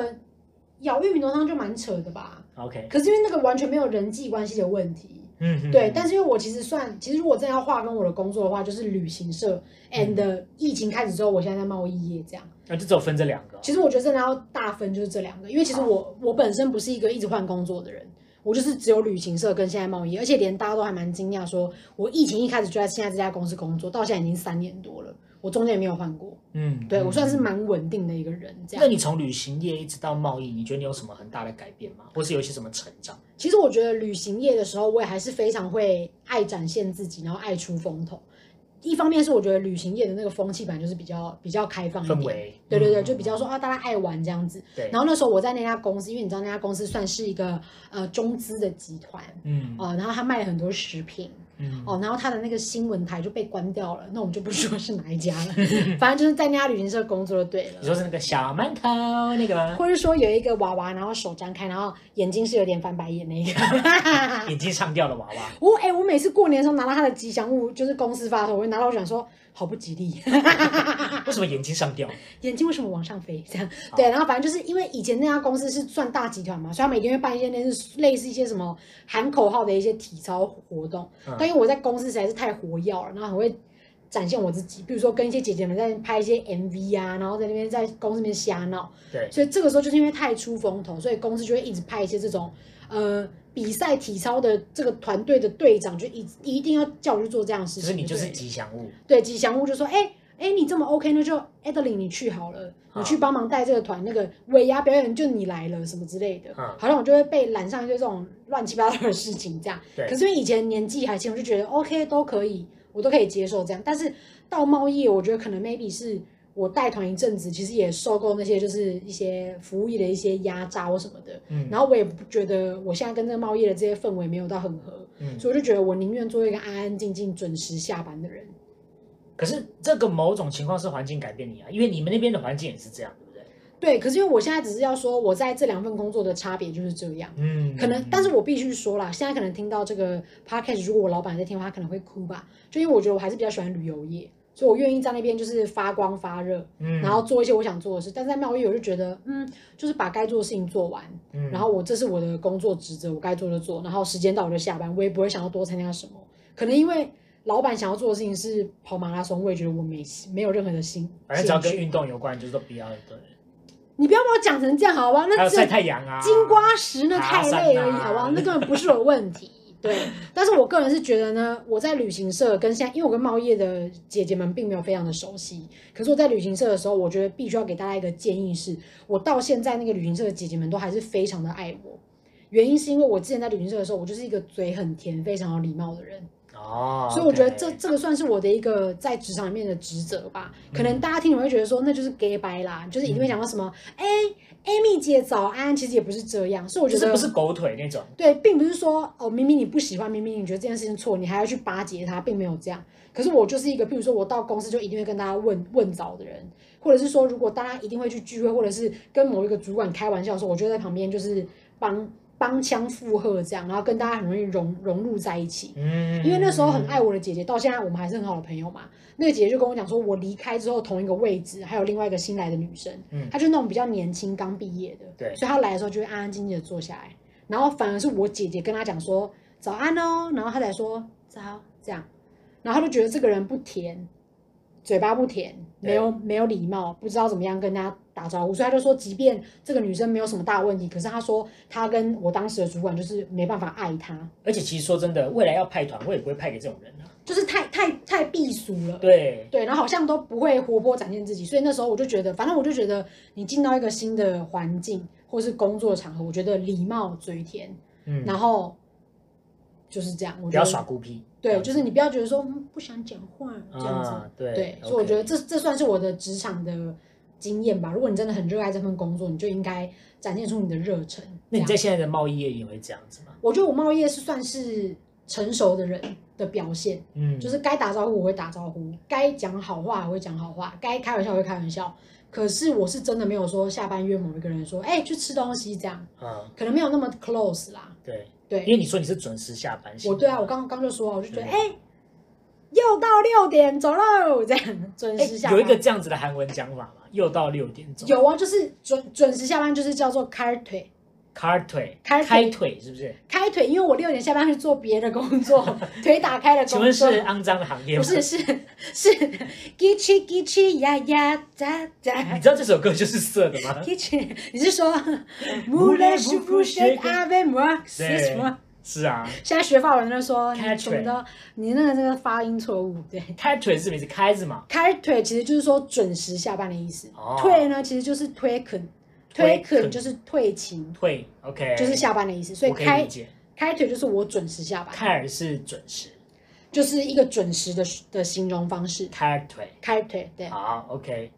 B: 咬玉米浓汤就蛮扯的吧？
A: ？OK，
B: 可是因为那个完全没有人际关系的问题，
A: 嗯哼，
B: 对。但是因为我其实算，其实如果真的要划分我的工作的话，就是旅行社 and、疫情开始之后，我现在在贸易业这样。
A: 那就只有分这两个哦。
B: 其实我觉得真的要大分就是这两个，因为其实我我本身不是一个一直换工作的人，我就是只有旅行社跟现在贸易，而且连大家都还蛮惊讶，说我疫情一开始就在现在这家公司工作，到现在已经三年多了，我中间也没有换过，
A: 嗯，
B: 对我算是
A: 嗯。
B: 蛮稳定的一个人这样
A: 那。你从旅行业一直到贸易，你觉得你有什么很大的改变吗？或是有一些什么成长？
B: 其实我觉得旅行业的时候，我也还是非常会爱展现自己，然后爱出风头。一方面是我觉得旅行业的那个风气本来就是比较比较开放一
A: 氛
B: 点，
A: 围？
B: 对对对，
A: 嗯
B: 就比较说啊，大家爱玩这样子。
A: 对。
B: 然后那时候我在那家公司，因为你知道那家公司算是一个呃中资的集团
A: 嗯
B: 哦、然后他卖了很多食品
A: 嗯
B: 哦、然后他的那个新闻台就被关掉了，那我们就不说是哪一家 了，反正就是在那家旅行社工作就对了
A: 你。说是那个小馒头那个吗？
B: 或者说有一个娃娃，然后手张开，然后眼睛是有点翻白眼那个。 啊
A: 眼睛上吊的娃娃，
B: 我哎、我每次过年的时候拿到他的吉祥物，就是公司发的时候，我会拿到我想说好不吉利， 啊
A: 为什么眼睛上吊？
B: 眼睛为什么往上飞？这样对，然后反正就是因为以前那家公司是算大集团嘛，所以他每天会办一些类似类似一些什么喊口号的一些体操活动。
A: 嗯
B: 但因为我在公司实在是太活跃了，然后很会展现我自己，比如说跟一些姐姐们在拍一些 MV 啊，然后在那边在公司里面瞎闹，
A: 对，
B: 所以这个时候就是因为太出风头，所以公司就会一直派一些这种呃比赛体操的这个团队的队长，就一一定要叫我去做这样的事
A: 就
B: 情。
A: 是你就是
B: 对
A: 吉祥物，
B: 对吉祥物就说，哎、哎、你这么 OK，那就 Adeline 你去好了，你
A: 好
B: 去帮忙带这个团，那个尾牙表演就你来了什么之类的，
A: 嗯
B: 好像我就会被揽上一堆这种乱七八糟的事情这样。
A: 对
B: 可是因为以前年纪还轻，我就觉得 OK 都可以，我都可以接受这样。但是到贸易，我觉得可能 maybe 是我带团一阵子，其实也受够那些就是一些服务业的一些压榨或什么的。
A: 嗯，
B: 然后我也不觉得我现在跟这个贸易的这些氛围没有到很合，
A: 嗯，
B: 所以我就觉得我宁愿做一个安安静静、准时下班的人。
A: 可是这个某种情况是环境改变你啊，因为你们那边的环境也是这样，对不对？
B: 对，可是因为我现在只是要说，我在这两份工作的差别就是这样。
A: 嗯，
B: 可能，但是我必须说啦，现在可能听到这个 podcast，如果我老板在听的话，他可能会哭吧。就因为我觉得我还是比较喜欢旅游业，所以我愿意在那边就是发光发热，
A: 嗯，
B: 然后做一些我想做的事。但在贸易，我就觉得，嗯，就是把该做的事情做完，
A: 嗯，
B: 然后我这是我的工作职责，我该做就做，然后时间到我就下班，我也不会想要多参加什么。可能因为老板想要做的事情是跑马拉松，我也觉得我没没有任何的心，
A: 反正只要跟
B: 兴趣
A: 运动有关，就是都不要对。
B: 你不要把我讲成这样，好不好？
A: 还
B: 那
A: 有
B: 这
A: 晒太阳啊，
B: 金瓜石那
A: 爬
B: 太
A: 山
B: 累而已，
A: 啊
B: 好不好？那根本不是我问 题。对，但是我个人是觉得呢，我在旅行社跟现在，因为我跟贸易的姐姐们并没有非常的熟悉，可是我在旅行社的时候，我觉得必须要给大家一个建议是，我到现在那个旅行社的姐姐们都还是非常的爱我，原因是因为我之前在旅行社的时候，我就是一个嘴很甜、非常有礼貌的人，
A: 哦，
B: 所以我觉得这
A: OK
B: 这个算是我的一个在职场里面的职责吧。
A: 嗯
B: 可能大家听了会觉得说，那就是 gay 白啦，就是一定会讲到什么，哎、a m y 姐早安，其实也不是这样。所以我觉
A: 就是
B: 得
A: 不是狗腿那种，
B: 对，并不是说哦，明明你不喜欢，明明你觉得这件事情错，你还要去巴结他，并没有这样。可是我就是一个，譬如说我到公司就一定会跟大家问问早的人，或者是说如果大家一定会去聚会，或者是跟某一个主管开玩笑的时候，我就在旁边就是帮帮腔附和这样，然后跟大家很容易融融入在一起。
A: 嗯，
B: 因为那时候很爱我的姐姐，到现在我们还是很好的朋友嘛。那个姐姐就跟我讲说，我离开之后同一个位置，还有另外一个新来的女生，
A: 嗯
B: 她就那种比较年轻刚毕业的，
A: 对
B: 所以她来的时候就会安安静静的坐下来，然后反而是我姐姐跟她讲说早安哦，然后她才说早这样，然后她就觉得这个人不甜，嘴巴不甜，
A: 对
B: 没有没有礼貌，不知道怎么样跟大家打招呼，所以她就说，即便这个女生没有什么大问题，可是她说她跟我当时的主管就是没办法爱她。
A: 而且其实说真的，未来要派团，我也不会派给这种人啊。
B: 就是太太太避俗了。
A: 对，
B: 对，然后好像都不会活泼展现自己，所以那时候我就觉得，反正我就觉得，你进到一个新的环境或是工作场合，我觉得礼貌、嘴甜，
A: 嗯，
B: 然后就是这样。我
A: 不
B: 觉
A: 要
B: 得
A: 耍孤僻。
B: 对，就是你不要觉得说、嗯、不想讲话这样子。
A: 啊，对
B: 对，
A: OK
B: 所以我觉得这这算是我的职场的经验吧。如果你真的很热爱这份工作，你就应该展现出你的热忱。
A: 那你
B: 这
A: 在
B: 样
A: 现在的贸易业也会这样子吗？
B: 我觉得我贸易业是算是成熟的人的表现。
A: 嗯，
B: 就是该打招呼我会打招呼，该讲好话我会讲好话，该开玩笑我会开玩笑。可是我是真的没有说下班约某一个人说，哎、去吃东西这样，
A: 啊，
B: 可能没有那么 close 啦。
A: 对，因
B: 对，
A: 为你说你嗯是准时下班型
B: 我
A: 的，
B: 对啊，我刚刚就说啊，我就觉得，
A: 对
B: 哎、又到六点走喽，这样准时下
A: 哎
B: 班。
A: 有一个这样子的韩文讲法嘛， 又到六点钟，
B: 有啊，就是准准时下班就是叫做开腿。
A: 开腿，
B: 开腿
A: 开腿是不是？
B: 开腿，因为我六点下班去做别的工作，腿打开了
A: 请
B: 工作。
A: 问是肮脏的行业
B: 不
A: 吗？
B: 是是是 g i c h i g i c h i 呀呀哒哒
A: 你。知道这首歌就是色的吗？
B: Kitchen，你是说
A: 哎
B: Moulin s h u s h e avec moi 是什么？
A: 是啊，
B: 现在学法文的说你
A: Catherine
B: 什么都，你那个这个发音错误。对，
A: 开腿是不是开字嘛？
B: 开腿其实就是说准时下班的意思。
A: 哦
B: 退呢其实就是退肯，退
A: 退
B: 肯
A: 肯
B: 就是退勤，
A: 退，OK，
B: 就是下班的意思。所以
A: 我可以
B: 开
A: 理解。
B: 开腿就是我准时下班，
A: 开尔是准时，
B: 就是一个准时的的形容方式。
A: 开腿。
B: 开腿，对。
A: 好，OK，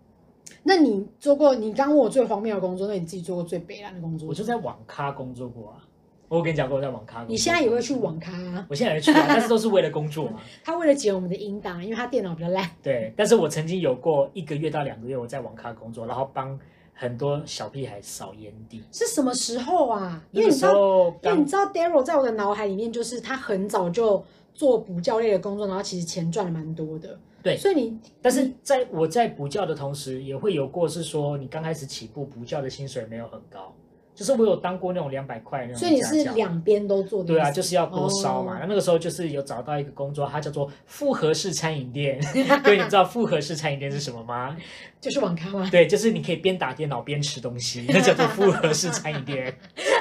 B: 那你做过你刚问我最荒谬的工作，那你自己做过最北烂的工作
A: 我？就在网咖工作过啊。我有跟你讲过，我在网咖工作。
B: 你现在也会去网？咖、啊？
A: 我现在也会去啊，但是都是为了工作嘛。
B: 他为了解我们的音档，因为他电脑比较烂，
A: 对，但是我曾经有过一个月到两个月我在网咖工作，然后帮很多小屁孩扫烟蒂。
B: 是什么时候啊？因
A: 那
B: 为
A: 个
B: 你
A: 时
B: 知道，
A: 候
B: 因为
A: 刚
B: 你知道 Daryl 在我的脑海里面就是他很早就做补教类的工作，然后其实钱赚的蛮多的。
A: 对
B: 所以你
A: 但是在我在补教的同时，也会有过是说，你刚开始起步补教的薪水没有很高，就是我有当过那种两百块那种
B: 所以你
A: 家
B: 是
A: 教
B: 两边都做的意
A: 对
B: 思，
A: 啊，就是要多烧嘛。
B: 哦
A: 那那个时候就是有找到一个工作，它叫做复合式餐饮店。 各位，你知道复合式餐饮店是什么吗？
B: 就是网咖 嘛。
A: 对，就是你可以边打电脑边吃东西，那叫做复合式餐饮店。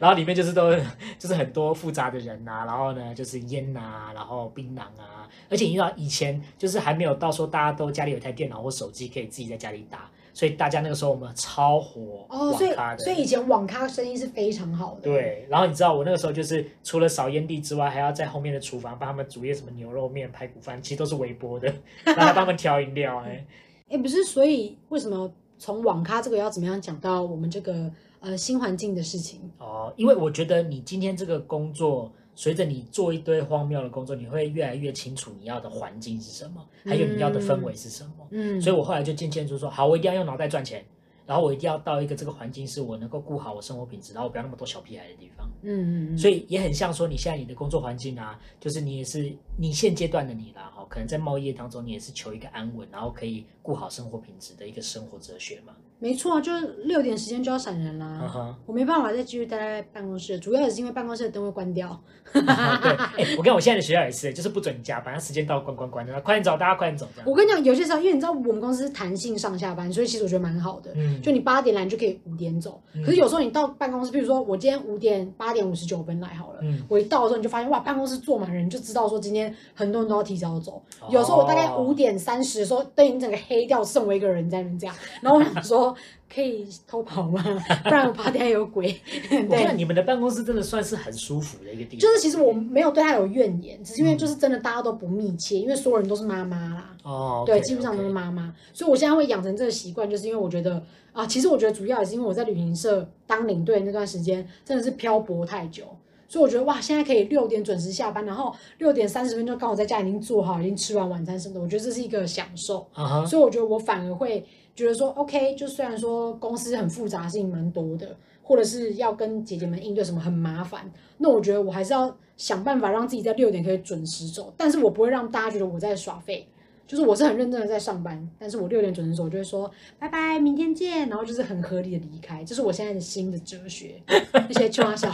A: 然后里面就是都就是很多复杂的人呐、然后呢就是烟呐、然后槟榔啊，而且你知道以前就是还没有到说大家都家里有一台电脑或手机可以自己在家里打，所以大家那个时候我们超火
B: 哦，所
A: 网咖
B: 以
A: 的。
B: 所以以前网咖生意是非常好的。，
A: 对，然后你知道我那个时候就是除了扫烟蒂之外，还要在后面的厨房帮他们煮一些什么牛肉面、排骨饭，其实都是微波 的，然后还帮他们调饮料、哎，
B: 哎，不是，所以为什么从网咖这个要怎么样讲到我们这个呃新环境的事情？
A: 哦，因为我觉得你今天这个工作，随着你做一堆荒谬的工作，你会越来越清楚你要的环境是什么，还有你要的氛围是什么。
B: 嗯，
A: 所以
B: 以
A: 我后来就渐渐就说，好，我一定要用脑袋赚钱，然后我一定要到一个这个环境是我能够顾好我生活品质，然后我不要那么多小屁孩的地方。
B: 嗯嗯嗯，
A: 所以也很像说你现在你的工作环境啊，就是你也是你现阶段的你啦，哈，可能在贸易业当中你也是求一个安稳，然后可以顾好生活品质的一个生活哲学嘛。
B: 没错，啊就是六点时间就要闪人啦。
A: 嗯哼，
B: 我没办法再继续待在办公室，主要也是因为办公室的灯会关掉。
A: 对，哎、我跟我现在的学校也是，就是不准你加班，时间到关关关，然后快点走，大家快点走这样。
B: 我跟你讲，有些时候，因为你知道我们公司是弹性上下班，所以其实我觉得蛮好的。
A: 嗯，
B: 就你八点来，你就可以五点走。
A: 嗯
B: 可是有时候你到办公室，比如说我今天五点八点五十九分来好了，
A: 嗯，
B: 我一到的时候你就发现哇，办公室坐满人，你就知道说今天很多人都要提早走。有时候我大概五
A: 哦
B: 点三十的时候，灯已经整个黑掉，剩我一个人在那边这样。然后我想说，可以偷跑吗？不然我怕等下有鬼。
A: 我
B: 对
A: 看。你们的办公室真的算是很舒服的一个地方，
B: 就是其实我没有对他有怨言，只是因为
A: 嗯
B: 就是真的大家都不密切，因为所有人都是妈妈啦，
A: 哦，
B: 对，
A: OK，
B: 基本上都是
A: OK
B: 妈妈，所以我现在会养成这个习惯，就是因为我觉得啊，其实我觉得主要也是因为我在旅行社当领队那段时间真的是漂泊太久，所以我觉得哇，现在可以六点准时下班，然后六点三十分就刚好在家已经做好，已经吃完晚餐什么的，我觉得这是一个享受，
A: 啊哈，
B: 所以我觉得我反而会觉得说，OK，就虽然说公司很复杂，事情蛮多的，或者是要跟姐姐们应对什么很麻烦，那我觉得我还是要想办法让自己在六点可以准时走，但是我不会让大家觉得我在耍废。就是我是很认真的在上班，但是我六点准时走，我就会说拜拜，明天见，然后就是很合理的离开，这是我现在的新的哲学。那些秋花笑，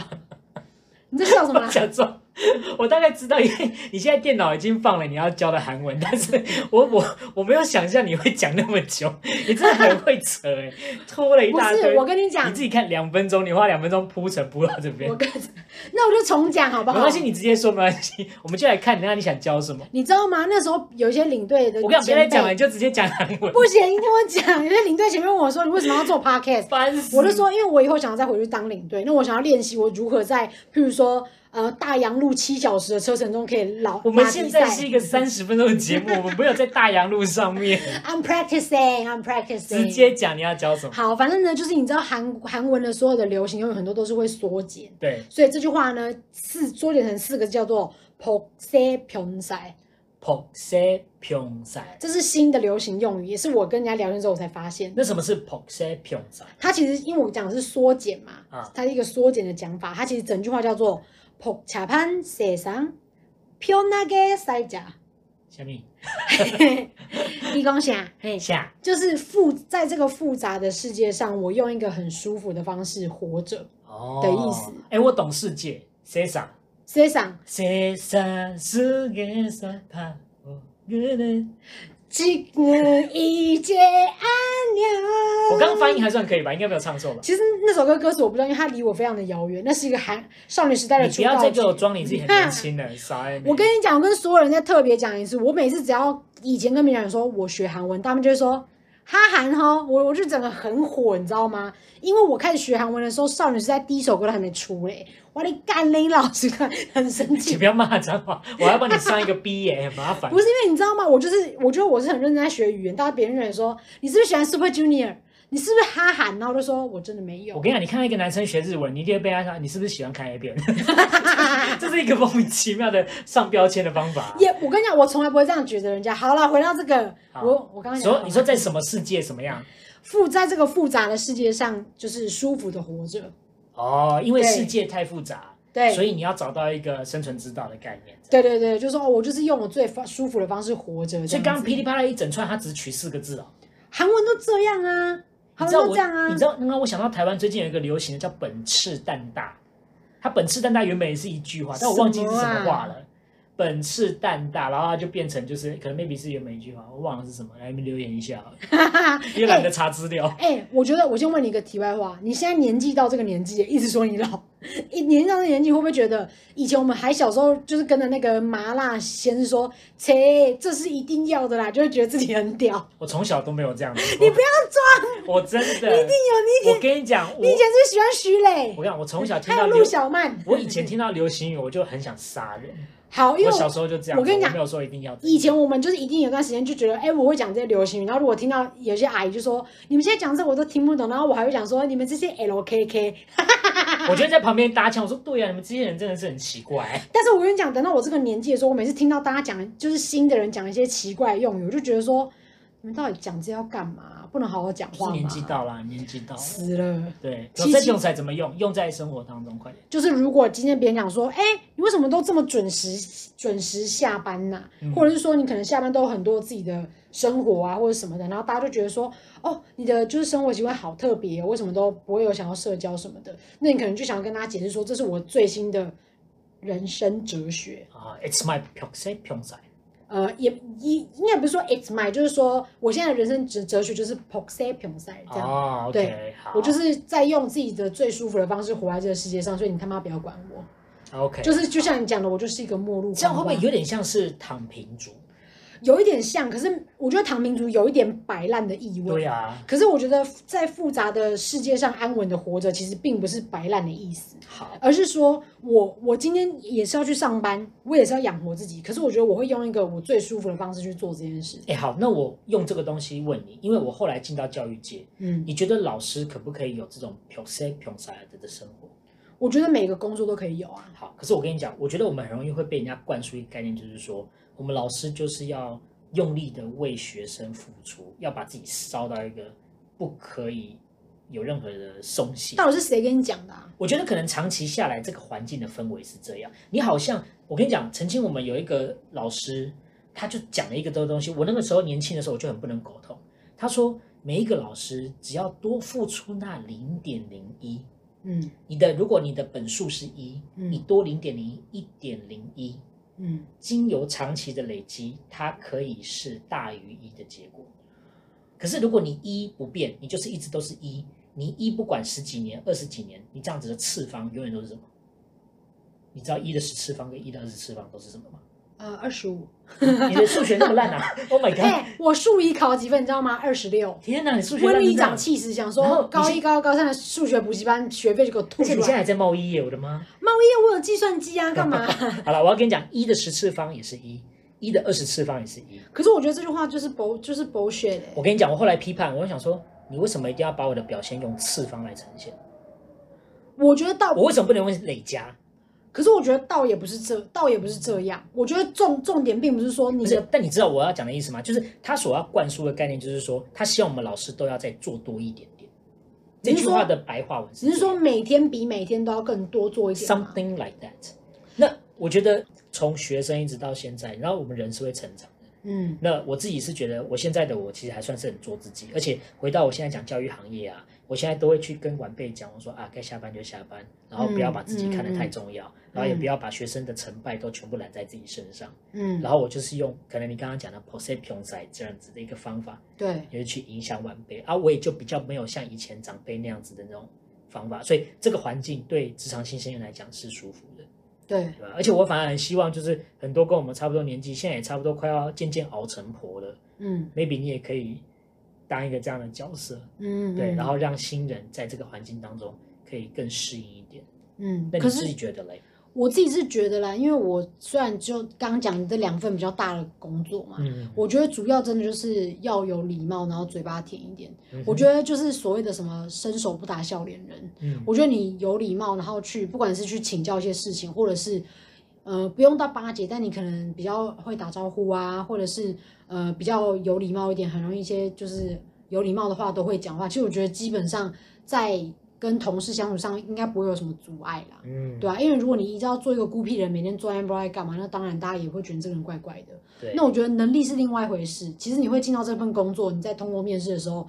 B: 你在笑什么啊 啦
A: 我？想说，我大概知道，因为 你现在电脑已经放了你要教的韩文，但 是我我我没有想象你会讲那么久，你真的很会扯哎、 拖了一
B: 不
A: 大堆
B: 是，。我跟你讲
A: 你，自己看两分钟，你花两分钟铺陈铺到这边
B: 我，跟， 那我就重讲好不
A: 没
B: 好
A: 关？系，你直接说没关系，我们就来看，那你想教什么？
B: 你知道吗？那时候有一些领队的
A: 我跟你讲，别再
B: 前辈
A: 讲了，你就直接讲韩文，
B: 不行，你听我讲，有些领队前面问我说，你为什么要 做 podcast？
A: 烦死！
B: 我就说，因为我以后想要再回去当领队，那我想要练习我如何在，譬如说，呃，大洋路七小时的车程中可以老
A: 我们
B: 拉比
A: 现在
B: 赛
A: 是一个三十分钟的 节目，我们没有在大洋路上面
B: I'm practicing, I'm practicing。
A: 直接讲你要教什么。
B: 好，反正呢，就是你知道韩韩文的所有的流行，有很多都是会缩减，
A: 对
B: 所以这句话呢，四缩减成四个字叫做 p 세 p 세
A: ，pok se pyong sai。
B: 这是新的流行用语，也是我跟人家聊天之后我才发现。
A: 那什么是 pok se pyong sai？
B: 它其实因为我讲的是缩减嘛，
A: 啊
B: 它是一个缩减的讲法，它其实整句话叫做“복잡한세상편하게살자
A: 下面”，
B: 你讲啥？嘿，
A: 下
B: 就是复在这个复杂的世界上，我用一个很舒服的方式活着。
A: 哦
B: 的意思。
A: 哎、我懂世界，世上
B: 세상
A: 世上世界上怕我一个人。
B: 지금이제안녕。
A: 我刚刚发音还算可以吧？应该没有唱错吧？
B: 其实那首歌歌词我不知道，因为它离我非常的遥远。那是一个韩少女时代的
A: 你不
B: 出
A: 要
B: 道
A: 再给
B: 曲。
A: 我装你自己很年轻了，傻妹妹。
B: 我跟你讲，我跟所有人再特别讲一次，我每次只要以前跟别人说我学韩文，他们就会说哈韩哈，我我就整个很火，你知道吗？因为我开始学韩文的时候，少女时代第一首歌都还没出嘞，我你干嘞，老师看很生
A: 你
B: 气。
A: 不要骂脏话，我要帮你上一个 B 耶，很麻烦
B: 不。是因为你知道吗？我就是我觉得我是很认真在学语言，大家别人认为说你是不是喜欢 Super Junior，你是不是哈韩？然后我就说我真的没
A: 我
B: 有。
A: 跟你讲，你看到一个男生学日文，你一定会被他说你是不是喜欢看 A 片？ 这是一个莫名其妙的上标签的方法。
B: 也、我跟你讲，我从来不会这样觉得人家。好了，回到这个，
A: 好
B: 我我刚刚讲
A: 所
B: 到
A: 以
B: 哪
A: 你说在什么世界什么样？
B: 复在这个复杂的世界上，就是舒服的活着。
A: 哦，因为
B: 对
A: 世界太复杂，
B: 对，
A: 所以你要找到一个生存之道的概念。
B: 对对对，就说哦，我就是用我最方舒服的方式活着。
A: 所以
B: 这
A: 刚
B: 样
A: 刚
B: 子
A: 噼里啪啦一整串，它只取四个字哦。
B: 韩文都这样啊，
A: 你
B: 韩
A: 知
B: 文
A: 道
B: 都
A: 我，
B: 这样啊。
A: 你知道，刚刚我想到台湾最近有一个流行的叫“本赤蛋大”，它“本赤蛋大”原本也是一句话，但我忘记是什么话
B: 啊
A: 了。本赤蛋大，然后它就变成就是可能 maybe 是原本一句话，我忘了是什么，来你们留言一下好了，也懒得查资料。
B: 哎、我觉得我先问你一个题外话，你现在年纪到这个年纪，一直说你老， 一年纪到这个年纪，会不会觉得以前我们还小时候就是跟着那个麻辣先生说，切，这是一定要的啦，就会觉得自己很屌。
A: 我从小都没有这样子。
B: 你
A: 要
B: 不
A: 装，我真的。
B: 一定有，你以
A: 我
B: 前
A: 跟你讲，我
B: 你以前是喜欢徐磊
A: 我，跟你讲，我从小听
B: 还
A: 到
B: 有
A: 流
B: 陆，小曼。
A: 我以前听到流行语，我就很想杀人。
B: 好，因为
A: 我
B: 我
A: 小时候就这样子，
B: 我跟你讲
A: 没有说一定要这样。
B: 以前我们就是一定有段时间就觉得，哎、我会讲这些流行语，然后如果听到有些阿姨就说你们现在讲这我都听不懂，然后我还会讲说你们这些 LKK。
A: 我觉得在旁边搭腔，我说对啊呀、你们这些人真的是很奇怪。
B: 但是我跟你讲，等到我这个年纪的时候，我每次听到大家讲就是新的人讲一些奇怪的用语，我就觉得说你们到底讲这要干嘛？不能好好讲
A: 就是
B: 话吗？
A: 年纪到了，年纪到了，
B: 死了。
A: 对，
B: 其
A: 有
B: 实
A: 这用才怎么用？用在生活当中，快点。
B: 就是如果今天别人讲说，哎、你为什么都这么准时准时下班呐、
A: 嗯
B: 或者是说你可能下班都有很多自己的生活啊，或者什么的，然后大家就觉得说，哦，你的就是生活习惯好特别哦，为什么都不会有想要社交什么的？那你可能就想要跟大家解释说，这是我最新的人生哲学。
A: 啊，It's my 평생 평생，
B: 呃，也也应该不是说 it's my，就是说我现在的人生哲哲学就是 p o x e p i o n 这样。
A: 哦，OK，好，
B: 我就是在用自己的最舒服的方式活在这个世界上，所以你他妈不要管我。
A: OK，
B: 就是就像你讲的，我就是一个末路。
A: 这样会不会有点像是躺平族？
B: 有一点像？可是我觉得唐明族有一点摆烂的意味。
A: 对啊，
B: 可是我觉得在复杂的世界上安稳的活着，其实并不是摆烂的意思，
A: 好，
B: 而是说我我今天也是要去上班，我也是要养活自己。可是我觉得我会用一个我最舒服的方式去做这件事。
A: 哎，好，那我用这个东西问你，因为我后来进到教育界，
B: 嗯，
A: 你觉得老师可不可以有这种평생 평생的生活？
B: 我觉得每个工作都可以有啊。
A: 好，可是我跟你讲，我觉得我们很容易会被人家灌输一个概念，就是说，我们老师就是要用力的为学生付出，要把自己烧到一个不可以有任何的松懈。
B: 到底是谁跟你讲的、啊？
A: 我觉得可能长期下来，这个环境的氛围是这样。你好像，我跟你讲，曾经我们有一个老师，他就讲了一个多东西。我那个时候年轻的时候，我就很不能苟同。他说，每一个老师只要多付出那零点零一，
B: 嗯
A: 你的如果你的本数是一、
B: 嗯
A: 你多零点零一点零一，
B: 嗯，
A: 经由长期的累积，它可以是大于一的结果。可是如果你一不变，你就是一直都是一，你一不管十几年、二十几年，你这样子的次方永远都是什么？你知道一的十次方跟一的二十次方都是什么吗？
B: 呃，二十五。
A: 你的数学那么烂 啊！Oh my
B: 哎、
A: god！
B: 我数一考几分，你知道吗？二十六。
A: 天哪，你数学烂
B: 温
A: 成
B: 里
A: 这样
B: 长！气势，想
A: 然后
B: 说
A: 你
B: 高
A: 现
B: 一、高二、高三的数学补习班学费就给我吐
A: 而
B: 出
A: 且你现在
B: 来。
A: 还在贸易业，我的妈！
B: 妈，我也我有计算机啊，干 嘛？
A: 好了，我要跟你讲，一的十次方也是一，一的二十次方也是一。
B: 可是我觉得这句话就是 b 就是 bullshit 欸
A: 我跟你讲，我后来批判，我就想说，你为什么一定要把我的表现用次方来呈现？
B: 我觉得倒，
A: 我为什么不能用累加？
B: 可是我觉得倒也不是这，倒也不是这样。我觉得重重点并不是说你
A: 不
B: 的
A: 是，但你知道我要讲的意思吗？就是他所要灌输的概念，就是说他希望我们老师都要再做多一点点。这
B: 你是
A: 句话
B: 说
A: 的白话文是
B: 只是
A: 这
B: 说
A: 样
B: 每天比每天都要更多做一点嘛。
A: something like that。那我觉得从学生一直到现在，然后我们人是会成长的。
B: 嗯
A: 那我自己是觉得，我现在的我其实还算是很做自己，而且回到我现在讲教育行业啊，我现在都会去跟晚辈讲，我说啊，该下班就下班，然后不
B: 嗯
A: 要把自己看得太重要，然后也不要把学生的成败都全部揽在自己身上。
B: 嗯，
A: 然后我就是用可能你刚刚讲的 p o s e p i o n 仔这样子的一个方法，
B: 对，
A: 也是去影响晚辈啊，我也就比较没有像以前长辈那样子的那种方法，所以这个环境对职场新鲜人来讲是舒服的，
B: 对，
A: 对吧？而且我反而很希望就是很多跟我们差不多年纪，现在也差不多快要渐渐熬成婆了
B: 嗯
A: ，maybe 你也可以当一个这样的角色，
B: 嗯，
A: 对，
B: 嗯
A: 然后让新人在这个环境当中可以更适应一点。
B: 嗯，
A: 那你
B: 可
A: 自
B: 是
A: 己觉得嘞？
B: 我自己是觉得啦，因为我虽然就刚讲的这两份比较大的工作嘛，
A: 嗯，
B: 我觉得主要真的就是要有礼貌，然后嘴巴甜一点。
A: 嗯
B: 我觉得就是所谓的什么伸手不打笑脸人，
A: 嗯
B: 我觉得你有礼貌，然后去不管是去请教一些事情，或者是呃不用到巴结，但你可能比较会打招呼啊，或者是呃比较有礼貌一点，很容易一些就是有礼貌的话都会讲话。其实我觉得基本上在跟同事相处上应该不会有什么阻碍啦。
A: 嗯，
B: 对啊，因为如果你一直要做一个孤僻人，每天坐在那边不知道在干嘛，那当然大家也会觉得这个人怪怪的。
A: 对，
B: 那我觉得能力是另外一回事。其实你会进到这份工作，你在通过面试的时候，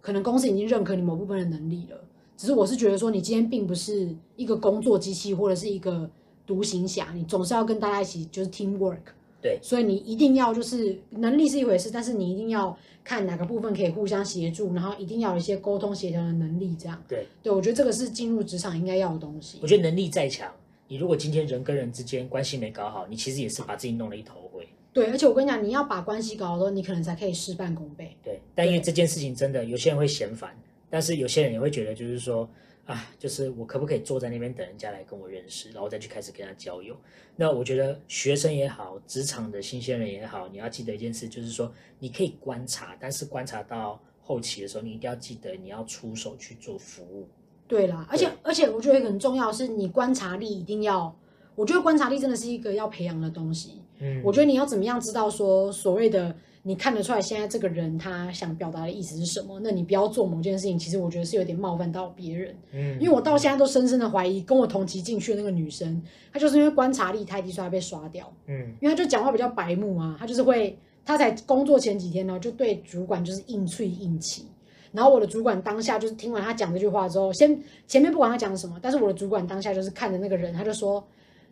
B: 可能公司已经认可你某部分的能力了。只是我是觉得说，你今天并不是一个工作机器或者是一个独行侠，你总是要跟大家一起就是 team work。
A: 对
B: 所以你一定要就是能力是一回事，但是你一定要看哪个部分可以互相协助，然后一定要有一些沟通协调的能力。这样，
A: 对，
B: 对我觉得这个是进入职场应该要的东西
A: 我。觉得能力再强，你如果今天人跟人之间关系没搞好，你其实也是把自己弄了一头灰。
B: 对，而且我跟你讲，你要把关系搞好之后，你可能才可以事半功倍。
A: 对，但因为
B: 对
A: 这件事情真的，有些人会嫌烦，但是有些人也会觉得就是说，啊，就是我可不可以坐在那边等人家来跟我认识，然后再去开始跟他交友？那我觉得学生也好，职场的新鲜人也好，你要记得一件事，就是说你可以观察，但是观察到后期的时候，你一定要
B: 嗯
A: 记得你要出手去做服务。
B: 对啦，而且而且我觉得一个很重要的是，你观察力一定要，我觉得观察力真的是一个要培养的东西。
A: 嗯
B: 我觉得你要怎么样知道说所谓的你看得出来现在这个人他想表达的意思是什么，那你不要做某件事情，其实我觉得是有点冒犯到别人。
A: 嗯，
B: 因为我到现在都深深的怀疑，跟我同期进去的那个女生，她就是因为观察力太低，所以她被刷掉。
A: 嗯
B: 因为她就讲话比较白目啊，她就是会，她才工作前几天呢，就对主管就是硬吹硬气。然后我的主管当下就是听完她讲这句话之后，先前面不管她讲什么，但是我的主管当下就是看着那个人，他就说：“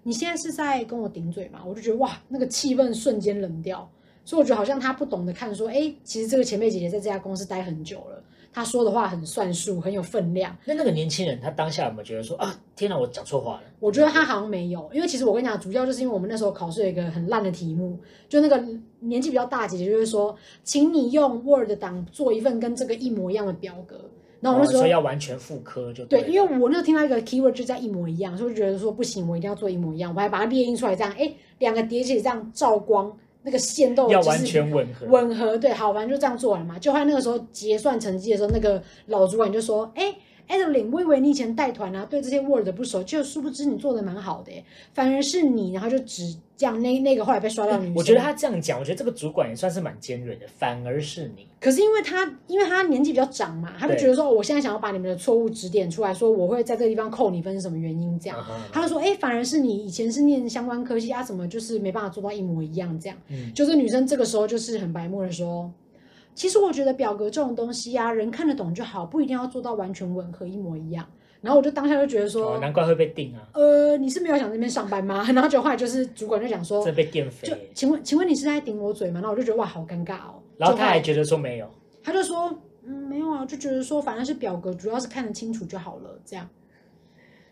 B: 你现在是在跟我顶嘴嘛？”我就觉得哇，那个气氛瞬间冷掉。所以我觉得好像他不懂得看说，哎，其实这个前辈姐姐在这家公司待很久了，她说的话很算数，很有分量。
A: 那那个年轻人他当下有没有觉得说啊，天哪，我讲错话了？
B: 我觉得他好像没有，因为其实我跟你讲，主要就是因为我们那时候考试有一个很烂的题目，就那个年纪比较大的姐姐就会说，请你用 Word 档做一份跟这个一模一样的表格。然后我那时
A: 哦
B: 候、
A: 所以要完全复刻就
B: 对，
A: 了
B: 因为我那时候听到一个 keyword 就在一模一样，所以我就觉得说不行，我一定要做一模一样，我还把它列印出来，这样哎，两个叠起来这样照光，那个线都
A: 要
B: 就是
A: 完全吻合。
B: 吻合，对，好，反正就这样做完嘛。就后来那个时候结算成绩的时候，那个老主管就说：“哎、a d e l i n e 我以为你以前带团啊，对这些 Word 不熟，就殊不知你做的蛮好的、欸，反而是你，然后就只这样那那个后来被刷到女生。
A: 我觉得他这样讲，我觉得这个主管也算是蛮尖锐的，反而是你，
B: 可是因为他因为他年纪比较长嘛，他就
A: 对
B: 觉得说，哦我现在想要把你们的错误指点出来，说我会在这个地方扣你分是什么原因这样。
A: 啊哈
B: 他就说，哎、反而是你以前是念相关科技啊，怎么就是没办法做到一模一样这样？
A: 嗯，
B: 就这女生这个时候就是很白目的说，其实我觉得表格这种东西啊，人看得懂就好，不一定要做到完全吻合一模一样。然后我就当下就觉得说，
A: 哦，难怪会被定啊，
B: 呃，你是没有想在那边上班吗？然 后就后来就是主管就讲说
A: 这，被电
B: 就
A: 飞。
B: 请问请问你是在顶我嘴吗？然后我就觉得哇，好尴尬哦。
A: 然后
B: 就
A: 他还觉得说没有，
B: 他就说，嗯，没有啊，就觉得说反正是表格，主要是看得清楚就好了，这样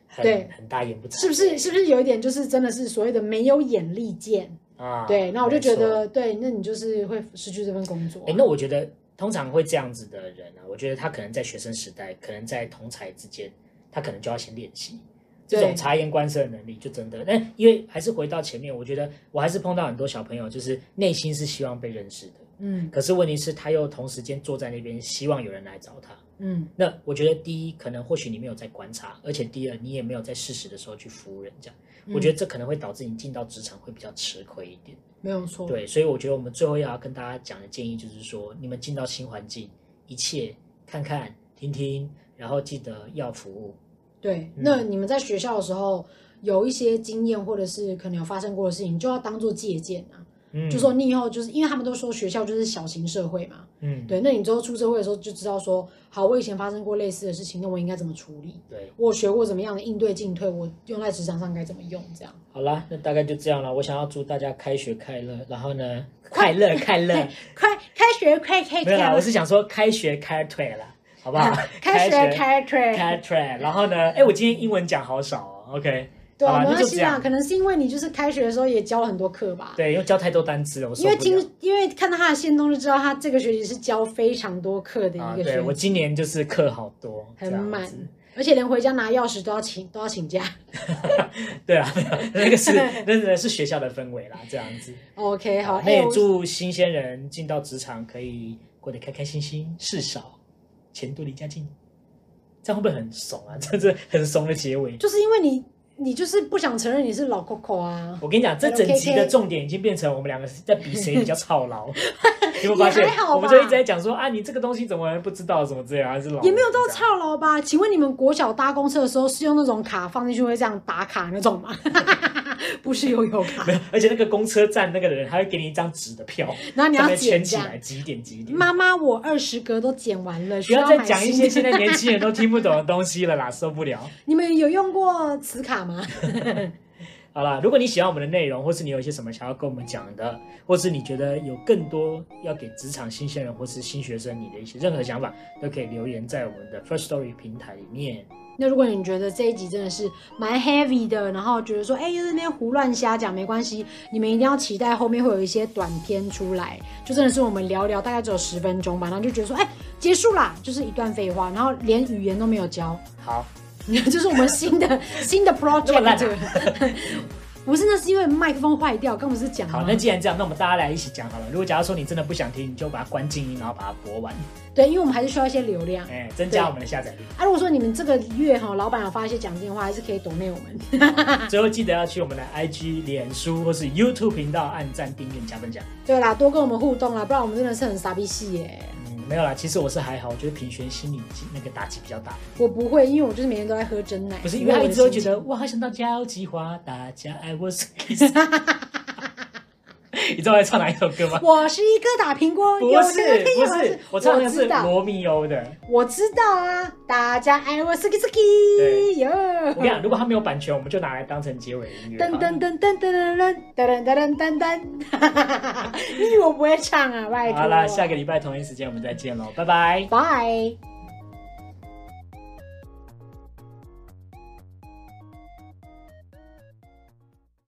A: 很
B: 对
A: 很大言不惭
B: 是不是是不是有一点就是真的是所谓的没有眼力见？
A: 啊。
B: 对，那我就觉
A: 没错
B: 得对，那你就是会失去这份工作啊、
A: 哎，那我觉得通常会这样子的人啊，我觉得他可能在学生时代，可能在同才之间，他可能就要先练习这
B: 对
A: 种察言观色的能力，就真的。但因为还是回到前面，我觉得我还是碰到很多小朋友，就是内心是希望被认识的，
B: 嗯
A: 可是问题是他又同时间坐在那边，希望有人来找他。
B: 嗯
A: 那我觉得第一，可能或许你没有在观察，而且第二，你也没有在适时的时候去服务人家，
B: 嗯
A: 我觉得这可能会导致你进到职场会比较吃亏一点。
B: 没有错。
A: 对，所以我觉得我们最后要跟大家讲的建议就是说，你们进到新环境，一切看看、听听，然后记得要服务。
B: 对，
A: 嗯
B: 那你们在学校的时候有一些经验，或者是可能有发生过的事情，就要当做借鉴啊。
A: 嗯，
B: 就说你以后就是因为他们都说学校就是小型社会嘛，
A: 嗯，
B: 对，那你之后出社会的时候就知道说，好，我以前发生过类似的事情，那我应该怎么处理？
A: 对，
B: 我有学过怎么样的应对进退，我用在职场上该怎么用？这样，
A: 好啦，那大概就这样了。我想要祝大家开学快乐，然后呢， 快乐快 乐，
B: 快开学，快开
A: 没有啦，
B: 哎开？
A: 我，是想说开学开腿啦，好不好
B: 开学开
A: 开
B: 腿，
A: 腿，然后呢，哎，我今天英文讲好少哦，OK，
B: 对
A: 好啦
B: 啊，没
A: 那
B: 关
A: 就
B: 系
A: 这
B: 啦，
A: 样，
B: 可能是因为你就是开学的时候也教了很多课吧，
A: 对，因为教太多单词了，我受
B: 因为
A: 不了。
B: 听，因为看到他的线动就知道，他这个学期是教非常多课的
A: 啊，
B: 一个
A: 对
B: 学
A: 我
B: 期，
A: 今年就是课好多，这
B: 很
A: 样
B: 满
A: 子，
B: 而且连回家拿钥匙都要请都要请假。
A: 啊对啊， 对啊那个是那个是学校的氛围啦，这样子。
B: OK，好，
A: 那
B: 哎、
A: 也
B: 我
A: 祝新鲜人进到职场可以过得开开心心，事少，钱多离家近。这样会不会很怂啊？ 这是很怂的结尾。
B: 就是因为你，你就是不想承认你是老 Coco 啊，
A: 我跟你讲，这整集
B: LKK
A: 的重点已经变成我们两个是在比谁比较操劳。 你有没有发
B: 也
A: 现
B: 还好？吧
A: 我们就一直在讲说啊，你这个东西怎么不知道，怎么这样，还是老
B: 也没有到
A: 这样
B: 操劳吧？请问你们国小搭公车的时候是用那种卡放进去会这样打卡那种吗？ 不是悠游卡
A: 没，有，而且那个公车站那个人，他会给你一张纸的票，
B: 然后 你要
A: 上面签
B: 剪
A: 起
B: 这样
A: 来几点几点。
B: 妈妈，我二十格都剪完了，
A: 不
B: 需
A: 要再
B: 买
A: 讲一
B: 新
A: 些
B: 的
A: 现在年轻人都听不懂的东西了啦，受不了。
B: 你们有用过磁卡吗？
A: 好啦，如果你喜欢我们的内容，或是你有一些什么想要跟我们讲的，或是你觉得有更多要给职场新鲜人或是新学生你的一些任何想法，都可以留言在我们的 First Story 平台里面。
B: 那如果你觉得这一集真的是蛮 heavy 的，然后觉得说，哎、又在那边胡乱瞎讲，没关系，你们一定要期待后面会有一些短片出来，就真的是我们聊聊，大概只有十分钟吧，然后就觉得说，哎、结束啦，就是一段废话，然后连语言都没有教，
A: 好，
B: 就是我们新的新的
A: 那么烂
B: project
A: 啊。
B: 不是，那是因为麦克风坏掉，跟我们是讲
A: 好，
B: 吗
A: 那既然这样，那我们大家来一起讲好了。如果假如说你真的不想听，你就把它关静音，然后把它播完，
B: 对，因为我们还是需要一些流量。
A: 哎、增加我们的下载率。
B: 啊，如果说你们这个月哈，老板有发一些奖金的话，还是可以抖内我们。
A: 最后记得要去我们的 IG、脸书或是 YouTube 频道按赞、订阅、加分享。
B: 对啦，多跟我们互动啦，不然我们真的是很傻逼戏耶。
A: 嗯，没有啦，其实我是还好，我觉得品轩心理那个打击比较大，
B: 我不会，因为我就是每天都在喝真奶。
A: 不是因为他一直都觉得
B: 我
A: 我好想当交际花，大家爱我是 kiss。你知道我在唱哪一首歌吗
B: 的心？情我是一颗大苹果，
A: 不
B: 有那
A: 是
B: 个
A: 不
B: 天
A: 是
B: 有，
A: 我唱的
B: 我
A: 是
B: 知道，
A: 罗密欧的。
B: 我知道啊，大家爱我 Suki
A: 对
B: Suki 哟。
A: 我跟你讲，如果它没有版权，我们就拿来当成结尾音乐吧。
B: 噔噔噔噔噔噔噔噔噔噔噔，哈哈哈哈哈！你以为我不会唱啊？拜托。
A: 好啦，下个礼拜同一时间我们再见喽，拜拜。
B: 拜。